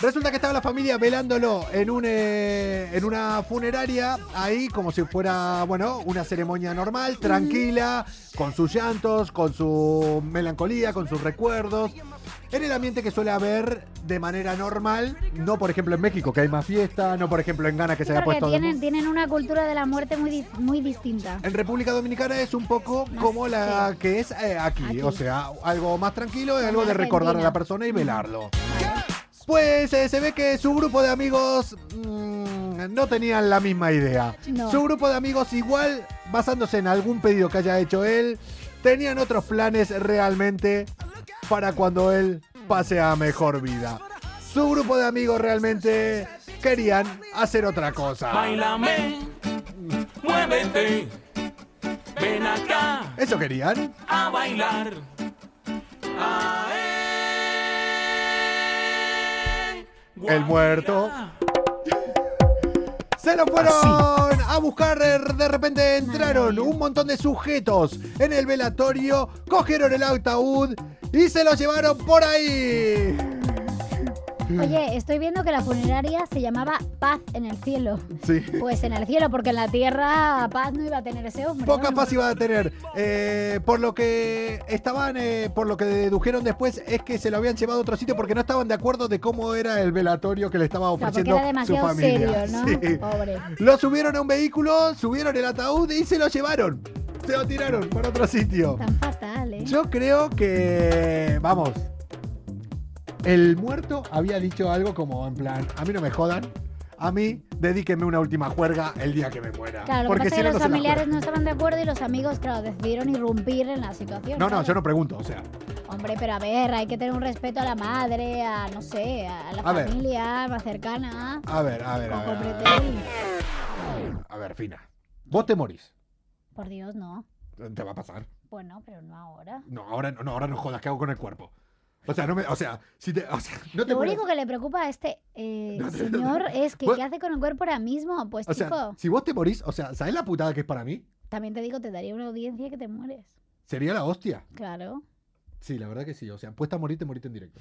[SPEAKER 2] Resulta que estaba la familia velándolo en, un, eh, en una funeraria, ahí como si fuera, bueno, una ceremonia normal, tranquila, con sus llantos, con su melancolía, con sus recuerdos. En el ambiente que suele haber de manera normal, no por ejemplo en México, que hay más fiesta, no por ejemplo en Ghana, que
[SPEAKER 1] Sí,
[SPEAKER 2] se haya
[SPEAKER 1] porque
[SPEAKER 2] puesto... de
[SPEAKER 1] tienen, tienen una cultura de la muerte muy, di- muy distinta.
[SPEAKER 2] en República Dominicana es un poco
[SPEAKER 1] Más
[SPEAKER 2] como la que es eh, aquí,
[SPEAKER 1] Aquí.
[SPEAKER 2] o sea, algo más tranquilo, es algo de
[SPEAKER 1] Argentina.
[SPEAKER 2] recordar a la persona y velarlo. Pues eh, se ve que su grupo de amigos mm, no tenían la misma idea.
[SPEAKER 1] No.
[SPEAKER 2] Su grupo de amigos igual, basándose en algún pedido que haya hecho él, tenían otros planes realmente para cuando él pase a mejor vida. Su grupo de amigos realmente querían hacer otra cosa.
[SPEAKER 5] Bailame, muévete, ven acá
[SPEAKER 2] Eso querían.
[SPEAKER 5] a bailar. Ae,
[SPEAKER 2] El muerto. Se lo fueron a buscar, de- de repente entraron un montón de sujetos en el velatorio, cogieron el ataúd y se lo llevaron por ahí. Mm.
[SPEAKER 1] Oye, estoy viendo que la funeraria se llamaba Paz en el cielo.
[SPEAKER 2] Sí.
[SPEAKER 1] Pues en el cielo, porque en la tierra paz no iba a tener ese hombre.
[SPEAKER 2] Poca
[SPEAKER 1] vamos.
[SPEAKER 2] paz iba a tener. Eh, por lo que estaban, eh, por lo que dedujeron después, es que se lo habían llevado a otro sitio porque no estaban de acuerdo de cómo era el velatorio que le estaba
[SPEAKER 1] Claro, porque
[SPEAKER 2] ofreciendo
[SPEAKER 1] era
[SPEAKER 2] su
[SPEAKER 1] demasiado
[SPEAKER 2] familia.
[SPEAKER 1] serio, ¿no?
[SPEAKER 2] Sí.
[SPEAKER 1] Pobre.
[SPEAKER 2] Lo subieron a un vehículo, subieron el ataúd y se lo llevaron. Se lo tiraron para otro sitio.
[SPEAKER 1] Tan fatal, ¿eh?
[SPEAKER 2] Yo creo que. Vamos. El muerto había dicho algo como en plan: A mí no me jodan. A mí, dedíquenme una última juerga el día que me muera.
[SPEAKER 1] Claro, lo que pasa es
[SPEAKER 2] si
[SPEAKER 1] que
[SPEAKER 2] no,
[SPEAKER 1] los
[SPEAKER 2] no se la
[SPEAKER 1] familiares
[SPEAKER 2] juegan.
[SPEAKER 1] no estaban de acuerdo y los amigos, claro, decidieron irrumpir en la situación.
[SPEAKER 2] No, no,
[SPEAKER 1] ¿sabes?
[SPEAKER 2] yo no pregunto. O sea,
[SPEAKER 1] Hombre, pero a ver, hay que tener un respeto a la madre, a, no sé, a la
[SPEAKER 2] A ver. Ah.
[SPEAKER 1] familia más cercana.
[SPEAKER 2] a ver, a ver, a
[SPEAKER 1] Con
[SPEAKER 2] ver. A ver,
[SPEAKER 1] Copretel.
[SPEAKER 2] A ver, fina. Vos te morís.
[SPEAKER 1] Por Dios, no.
[SPEAKER 2] Te va a pasar.
[SPEAKER 1] Bueno, pero no ahora.
[SPEAKER 2] No, ahora no, no, ahora no jodas, ¿qué hago con el cuerpo? O sea, no me. O sea, si te. O sea, no te
[SPEAKER 1] Lo
[SPEAKER 2] mueres.
[SPEAKER 1] único que le preocupa a este eh,
[SPEAKER 2] No te-
[SPEAKER 1] señor es que
[SPEAKER 2] Bueno.
[SPEAKER 1] qué hace con el cuerpo ahora mismo. Pues
[SPEAKER 2] O
[SPEAKER 1] chico,
[SPEAKER 2] sea, si vos te morís, o sea, ¿sabés la putada que es para mí?
[SPEAKER 1] también te digo, te daría una audiencia que te mueres.
[SPEAKER 2] Sería la hostia.
[SPEAKER 1] Claro.
[SPEAKER 2] Sí, la verdad que sí. O sea, puesta a morirte, moriste en directo.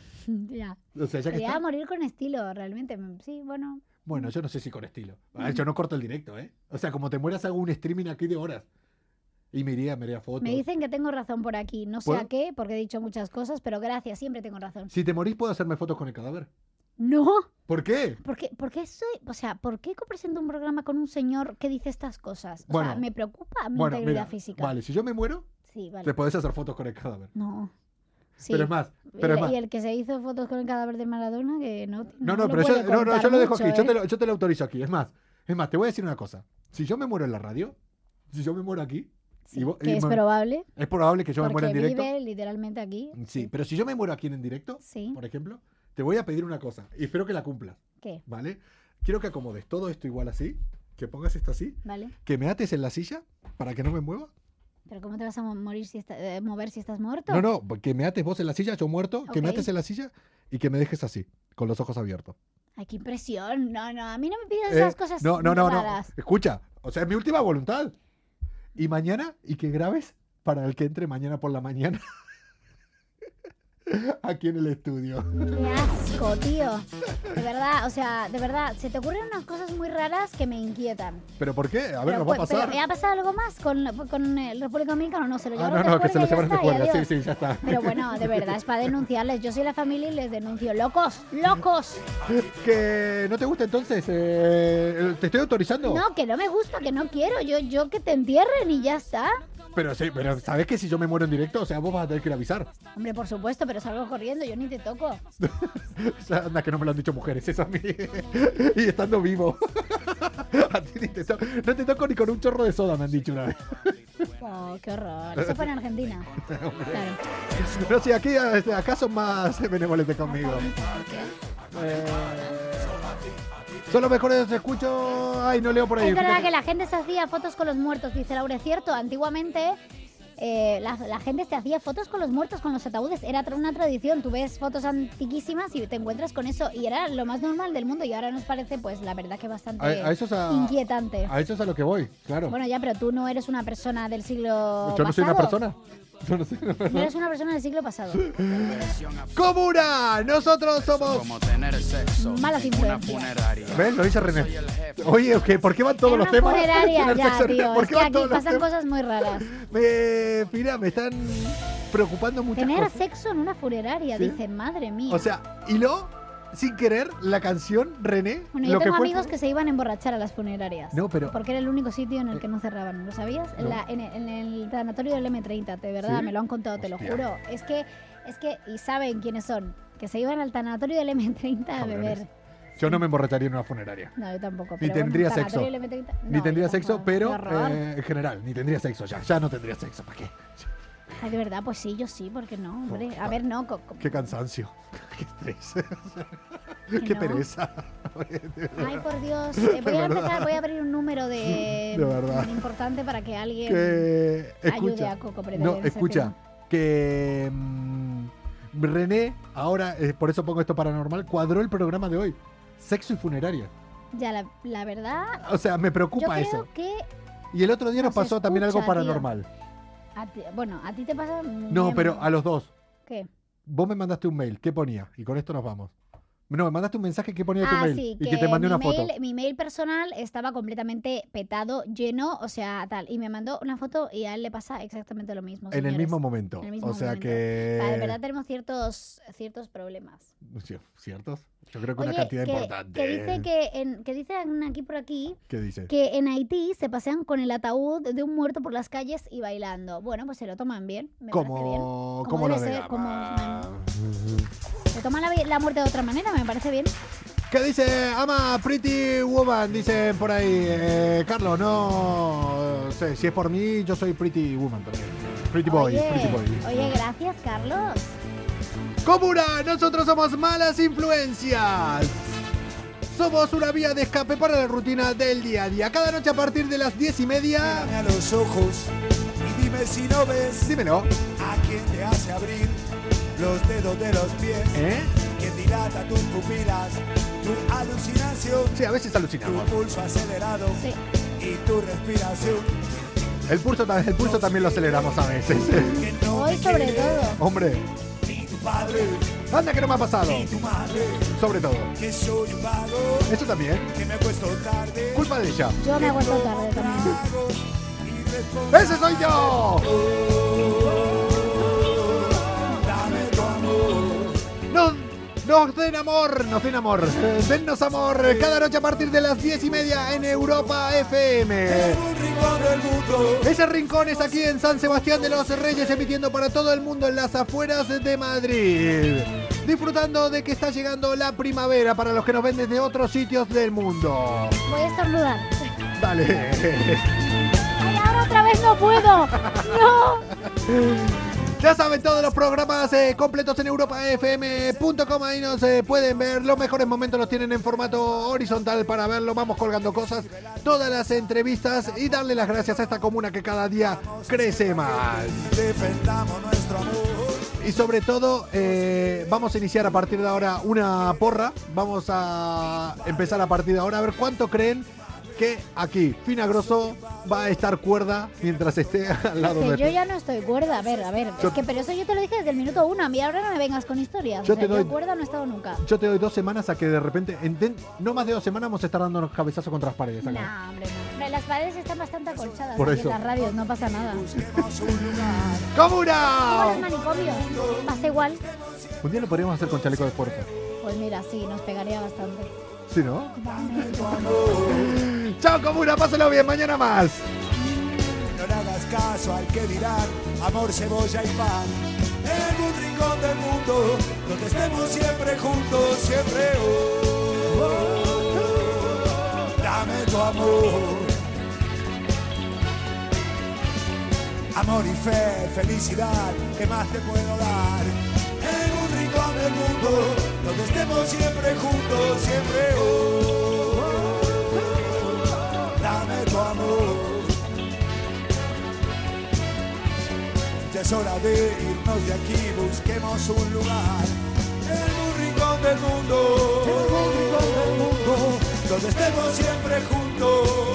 [SPEAKER 1] ya.
[SPEAKER 2] O sea, ya que
[SPEAKER 1] Sería
[SPEAKER 2] está-
[SPEAKER 1] morir con estilo, realmente. mm, Sí, bueno.
[SPEAKER 2] Bueno, yo no sé si con estilo. A ver, yo no corto el directo, ¿eh? O sea, como te mueras, hago un streaming aquí de horas. Y me iría, me iría fotos.
[SPEAKER 1] Me dicen que tengo razón por aquí. No sé
[SPEAKER 2] ¿Puedo?
[SPEAKER 1] a qué, porque he dicho muchas cosas, pero gracias, siempre tengo razón.
[SPEAKER 2] Si te morís, puedo hacerme fotos con el cadáver.
[SPEAKER 1] No,
[SPEAKER 2] ¿Por qué?
[SPEAKER 1] ¿por qué, por qué soy, o sea, ¿por qué copresento un programa con un señor que dice estas cosas? O
[SPEAKER 2] Bueno.
[SPEAKER 1] sea, me preocupa mi
[SPEAKER 2] Bueno,
[SPEAKER 1] integridad
[SPEAKER 2] mira,
[SPEAKER 1] física.
[SPEAKER 2] Vale, si yo me muero,
[SPEAKER 1] Sí, vale.
[SPEAKER 2] te podés hacer fotos con el cadáver.
[SPEAKER 1] No. Sí.
[SPEAKER 2] Pero es más, pero
[SPEAKER 1] y,
[SPEAKER 2] es más.
[SPEAKER 1] y el que se hizo fotos con el cadáver de Maradona, que no.
[SPEAKER 2] No, no,
[SPEAKER 1] lo
[SPEAKER 2] pero yo,
[SPEAKER 1] puede
[SPEAKER 2] no, no,
[SPEAKER 1] contar
[SPEAKER 2] yo lo dejo
[SPEAKER 1] mucho,
[SPEAKER 2] aquí, yo,
[SPEAKER 1] ¿eh?
[SPEAKER 2] te lo, yo te lo autorizo aquí. Es más, es más, te voy a decir una cosa. Si yo me muero en la radio, si yo me muero aquí,
[SPEAKER 1] ¿eh? Sí,
[SPEAKER 2] y vos-
[SPEAKER 1] que
[SPEAKER 2] y
[SPEAKER 1] es
[SPEAKER 2] ma-
[SPEAKER 1] probable,
[SPEAKER 2] es probable que yo me muera
[SPEAKER 1] porque
[SPEAKER 2] en directo.
[SPEAKER 1] vive literalmente aquí.
[SPEAKER 2] Sí, pero si yo me muero aquí en directo,
[SPEAKER 1] Sí.
[SPEAKER 2] por ejemplo, te voy a pedir una cosa y espero que la cumplas,
[SPEAKER 1] ¿Qué?
[SPEAKER 2] ¿vale? Quiero que acomodes todo esto igual así, que pongas esto así,
[SPEAKER 1] ¿Vale?
[SPEAKER 2] que me ates en la silla para que no me mueva.
[SPEAKER 1] ¿Pero cómo te vas a mo- morir si esta- eh, mover si estás muerto?
[SPEAKER 2] No, no, que me ates vos en la silla, yo muerto, que me
[SPEAKER 1] Ok.
[SPEAKER 2] ates en la silla y que me dejes así, con los ojos abiertos.
[SPEAKER 1] Ay, qué impresión. No, no, a mí no me pidas
[SPEAKER 2] Eh,
[SPEAKER 1] esas cosas
[SPEAKER 2] No, no, no, no.
[SPEAKER 1] raras.
[SPEAKER 2] Escucha, o sea, es mi última voluntad. Y mañana, y que grabes para el que entre mañana por la mañana. Aquí en el estudio.
[SPEAKER 1] Qué asco, tío. De verdad, o sea, de verdad, se te ocurren unas cosas muy raras que me inquietan.
[SPEAKER 2] ¿Pero por qué? A
[SPEAKER 1] pero,
[SPEAKER 2] ver, nos va a
[SPEAKER 1] pues, pero,
[SPEAKER 2] pasar.
[SPEAKER 1] ¿ha pasado algo más con, con el República Dominicana o no? ¿Se lo
[SPEAKER 2] Ah,
[SPEAKER 1] llevaron
[SPEAKER 2] no,
[SPEAKER 1] de
[SPEAKER 2] no, que se lo
[SPEAKER 1] juerga y ya está, y
[SPEAKER 2] llevaron de juerga. Sí,
[SPEAKER 1] adiós?
[SPEAKER 2] sí, ya está.
[SPEAKER 1] Pero bueno, de verdad, es para denunciarles. Yo soy la familia y les denuncio. ¡Locos! ¡Locos!
[SPEAKER 2] ¿Que no te gusta entonces? Eh, ¿Te estoy autorizando?
[SPEAKER 1] No, que no me gusta, que no quiero. Yo, yo que te entierren y ya está.
[SPEAKER 2] Pero sí, pero ¿sabes que si yo me muero en directo? O sea, vos vas a tener que ir a avisar.
[SPEAKER 1] Hombre, por supuesto, pero salgo corriendo, yo ni te toco.
[SPEAKER 2] O sea, anda, que no me lo han dicho mujeres, eso a mí. y estando vivo. A ti ni te to- no te toco ni con un chorro de soda, me han dicho una vez.
[SPEAKER 1] Oh, qué horror. Eso fue en Argentina. Claro.
[SPEAKER 2] Pero si aquí, este, acá son más benevolentes conmigo. Eh, son los mejores, escucho. Ay, no leo por ahí.
[SPEAKER 1] Es verdad que la gente se hacía fotos con los muertos, dice Laura. Es cierto, antiguamente eh, la, la gente se hacía fotos con los muertos, con los ataúdes. Era tra- una tradición. Tú ves fotos antiquísimas y te encuentras con eso. Y era lo más normal del mundo. Y ahora nos parece, pues, la verdad que bastante
[SPEAKER 2] A, a eso es a,
[SPEAKER 1] inquietante.
[SPEAKER 2] a eso es a lo que voy, claro.
[SPEAKER 1] Bueno, ya, pero tú no eres una persona del siglo
[SPEAKER 2] Yo no soy una
[SPEAKER 1] pasado.
[SPEAKER 2] persona. Yo no soy una persona.
[SPEAKER 1] No eres una persona del siglo pasado.
[SPEAKER 11] ¡Comuna! Nosotros somos.
[SPEAKER 12] Como tener sexo
[SPEAKER 1] Malas
[SPEAKER 12] en una
[SPEAKER 1] influencias.
[SPEAKER 12] funeraria.
[SPEAKER 2] ¿Ves? Lo dice René. Oye, ¿qué? ¿por qué van todos
[SPEAKER 1] En
[SPEAKER 2] los
[SPEAKER 1] una
[SPEAKER 2] temas?
[SPEAKER 1] funeraria,
[SPEAKER 2] Tener
[SPEAKER 1] ya,
[SPEAKER 2] sexo-
[SPEAKER 1] tío.
[SPEAKER 2] ¿Por
[SPEAKER 1] Es
[SPEAKER 2] qué
[SPEAKER 1] que
[SPEAKER 2] van
[SPEAKER 1] aquí
[SPEAKER 2] todos los
[SPEAKER 1] pasan
[SPEAKER 2] temas?
[SPEAKER 1] cosas muy raras.
[SPEAKER 2] Me, mira, me están preocupando muchas
[SPEAKER 1] Tener
[SPEAKER 2] cosas.
[SPEAKER 1] sexo en una funeraria,
[SPEAKER 2] Sí.
[SPEAKER 1] dice, madre mía.
[SPEAKER 2] O sea, hiló sin querer la canción René.
[SPEAKER 1] Bueno,
[SPEAKER 2] lo
[SPEAKER 1] yo tengo
[SPEAKER 2] que fue-
[SPEAKER 1] amigos que se iban a emborrachar a las funerarias.
[SPEAKER 2] No, pero- Eh,
[SPEAKER 1] Porque era el único sitio en el que no cerraban, ¿lo sabías? En,
[SPEAKER 2] No.
[SPEAKER 1] la- en el, en el tanatorio del M30, de verdad,
[SPEAKER 2] ¿Sí?
[SPEAKER 1] me lo han contado, te
[SPEAKER 2] Hostia.
[SPEAKER 1] lo juro. Es que, es que, y saben quiénes son, que se iban al tanatorio del M30 a
[SPEAKER 2] Cabrones.
[SPEAKER 1] beber.
[SPEAKER 2] Yo no me emborracharía en una funeraria.
[SPEAKER 1] No, yo tampoco.
[SPEAKER 2] Ni
[SPEAKER 1] pero bueno,
[SPEAKER 2] tendría
[SPEAKER 1] tanatorio
[SPEAKER 2] sexo.
[SPEAKER 1] del M30
[SPEAKER 2] Ni
[SPEAKER 1] no,
[SPEAKER 2] tendría
[SPEAKER 1] yo
[SPEAKER 2] sexo,
[SPEAKER 1] tampoco. Qué
[SPEAKER 2] pero
[SPEAKER 1] horror.
[SPEAKER 2] eh, en general, ni tendría sexo ya. Ya no tendría sexo, ¿para qué?
[SPEAKER 1] Ay, de verdad, pues sí, yo sí, porque no, hombre. A ver, no. co- co-
[SPEAKER 2] Qué cansancio. Qué estrés.
[SPEAKER 1] Que
[SPEAKER 2] Qué
[SPEAKER 1] no.
[SPEAKER 2] pereza.
[SPEAKER 1] Ay, por Dios. Eh, voy
[SPEAKER 2] De
[SPEAKER 1] a
[SPEAKER 2] verdad.
[SPEAKER 1] empezar, voy a abrir un número de, mm,
[SPEAKER 2] De verdad.
[SPEAKER 1] importante para que alguien.
[SPEAKER 2] que
[SPEAKER 1] Ayude
[SPEAKER 2] escucha,
[SPEAKER 1] a Coco Pretel
[SPEAKER 2] no,
[SPEAKER 1] en ese
[SPEAKER 2] escucha que mm, René ahora eh, por eso pongo esto paranormal cuadró el programa de hoy sexo y funeraria
[SPEAKER 1] Ya, la, la verdad,
[SPEAKER 2] o sea me
[SPEAKER 1] yo
[SPEAKER 2] preocupa
[SPEAKER 1] creo
[SPEAKER 2] eso
[SPEAKER 1] que
[SPEAKER 2] y el otro día nos
[SPEAKER 1] no se
[SPEAKER 2] pasó también algo
[SPEAKER 1] escucha, tío.
[SPEAKER 2] paranormal
[SPEAKER 1] A ti- bueno, a ti te pasa.
[SPEAKER 2] no pero a los dos
[SPEAKER 1] ¿Qué?
[SPEAKER 2] vos me mandaste un mail qué ponía y con esto nos vamos No, me mandaste un mensaje que ponía tu
[SPEAKER 1] Ah,
[SPEAKER 2] mail
[SPEAKER 1] sí,
[SPEAKER 2] y que te mandé
[SPEAKER 1] mi
[SPEAKER 2] una
[SPEAKER 1] mail,
[SPEAKER 2] foto.
[SPEAKER 1] Mi mail personal estaba completamente petado, lleno, o sea, tal. Y me mandó una foto y a él le pasa exactamente lo mismo.
[SPEAKER 2] En el
[SPEAKER 1] señores.
[SPEAKER 2] mismo momento.
[SPEAKER 1] En el mismo
[SPEAKER 2] o sea
[SPEAKER 1] momento. O
[SPEAKER 2] que.
[SPEAKER 1] sea, de verdad tenemos ciertos, ciertos problemas.
[SPEAKER 2] Sí, ¿Ciertos? Yo creo que una
[SPEAKER 1] Oye,
[SPEAKER 2] cantidad
[SPEAKER 1] que,
[SPEAKER 2] importante.
[SPEAKER 1] que dice que, en, que dicen aquí por aquí
[SPEAKER 2] ¿Qué dice?
[SPEAKER 1] que en Haití se pasean con el ataúd de un muerto por las calles y bailando. Bueno, pues se lo toman bien. Me parece bien.
[SPEAKER 2] Como,
[SPEAKER 1] Como
[SPEAKER 2] como
[SPEAKER 1] debe
[SPEAKER 2] lo de
[SPEAKER 1] ser, como-
[SPEAKER 2] Gama.
[SPEAKER 1] Se toman la, la muerte de otra manera, me parece bien.
[SPEAKER 2] ¿Qué dice? Ama Pretty Woman, dicen por ahí. Eh, Carlos, no eh, sé, si es por mí, yo soy Pretty Woman también. Pretty Boy,
[SPEAKER 1] oye,
[SPEAKER 2] Pretty Boy.
[SPEAKER 1] oye, gracias, Carlos.
[SPEAKER 13] Comuna, nosotros somos malas influencias. Somos una vía de escape para la rutina del día a día. Cada noche a partir de las diez y media.
[SPEAKER 7] Mírame a los ojos y dime si no ves
[SPEAKER 2] Dímelo,
[SPEAKER 7] a quien te hace abrir los dedos de los pies,
[SPEAKER 2] ¿eh?
[SPEAKER 7] que dilata tus pupilas, tu alucinación,
[SPEAKER 2] Sí, a veces
[SPEAKER 7] tu
[SPEAKER 2] alucinamos.
[SPEAKER 7] pulso acelerado
[SPEAKER 1] Sí.
[SPEAKER 7] y tu respiración.
[SPEAKER 2] El pulso, ta- el pulso también lo aceleramos a veces.
[SPEAKER 7] Que no
[SPEAKER 1] Hoy
[SPEAKER 7] te
[SPEAKER 1] sobre
[SPEAKER 7] quiere
[SPEAKER 1] todo.
[SPEAKER 2] Hombre,
[SPEAKER 7] Ni tu padre,
[SPEAKER 2] anda que no me ha pasado.
[SPEAKER 7] ni tu madre,
[SPEAKER 2] Sobre todo.
[SPEAKER 7] que soy un vago,
[SPEAKER 2] Eso también.
[SPEAKER 7] que me acuesto tarde.
[SPEAKER 2] Culpa de ella.
[SPEAKER 1] Yo me
[SPEAKER 7] que
[SPEAKER 1] aguanto
[SPEAKER 7] tomo
[SPEAKER 1] tarde también.
[SPEAKER 7] tragos y respondo,
[SPEAKER 2] ¡Ese soy yo!
[SPEAKER 7] dame tu amor.
[SPEAKER 2] ¡Nos, nos den amor! ¡Nos den amor! Eh, ¡Dennos amor! Cada noche a partir de las 10 y media en Europa FM.
[SPEAKER 7] En un rincón del mundo.
[SPEAKER 2] Ese rincón es aquí en San Sebastián de los Reyes, emitiendo para todo el mundo en las afueras de Madrid. Disfrutando de que está llegando la primavera para los que nos ven desde otros sitios del mundo.
[SPEAKER 1] Voy a estornudar.
[SPEAKER 2] Dale.
[SPEAKER 1] Ay, ahora otra vez no puedo. No.
[SPEAKER 2] Ya saben todos los programas eh, completos en europafm.com. Ahí nos eh, pueden ver. Los mejores momentos los tienen en formato horizontal para verlo. Vamos colgando cosas, todas las entrevistas y darle las gracias a esta comuna que cada día crece más.
[SPEAKER 7] Defendamos nuestro amor.
[SPEAKER 2] Y sobre todo, eh, vamos a iniciar a partir de ahora una porra. Vamos a empezar a partir de ahora a ver cuánto creen que aquí Fina Grosso va a estar cuerda mientras esté al lado
[SPEAKER 1] Es
[SPEAKER 2] de
[SPEAKER 1] que yo ya no estoy cuerda. A ver, a ver. Es que, pero eso yo te lo dije desde el minuto uno. A mí ahora no me vengas con historias.
[SPEAKER 2] Yo
[SPEAKER 1] o sea,
[SPEAKER 2] te doy-
[SPEAKER 1] yo cuerda no he estado nunca.
[SPEAKER 2] Yo te doy dos semanas a que de repente, en den- no más de dos semanas, vamos a estar dándonos cabezazos contra las paredes.
[SPEAKER 1] No,
[SPEAKER 2] acá.
[SPEAKER 1] hombre, no. Hombre, Las paredes están bastante acolchadas
[SPEAKER 2] Por
[SPEAKER 1] aquí
[SPEAKER 2] eso.
[SPEAKER 1] en las radios, no pasa nada. Como los
[SPEAKER 2] ¡Comuna!
[SPEAKER 1] manicomios. Pasa igual.
[SPEAKER 2] Un día lo podríamos hacer con chaleco de fuerza.
[SPEAKER 1] Pues mira, sí, nos pegaría bastante.
[SPEAKER 2] ¿Sí, no?
[SPEAKER 1] Dame tu
[SPEAKER 2] ¡Chao, Comuna! Pásalo bien, mañana más.
[SPEAKER 7] No le hagas caso al que dirán amor, cebolla y pan. En un rincón del mundo, donde estemos siempre juntos, siempre oh, oh, oh, dame tu amor. Amor y fe, felicidad, ¿qué más te puedo dar? En un rincón del mundo, donde estemos siempre juntos, siempre oh, oh, oh, dame tu amor. Ya es hora de irnos de aquí, busquemos un lugar en un rincón del mundo, en un rincón del mundo, donde estemos siempre juntos.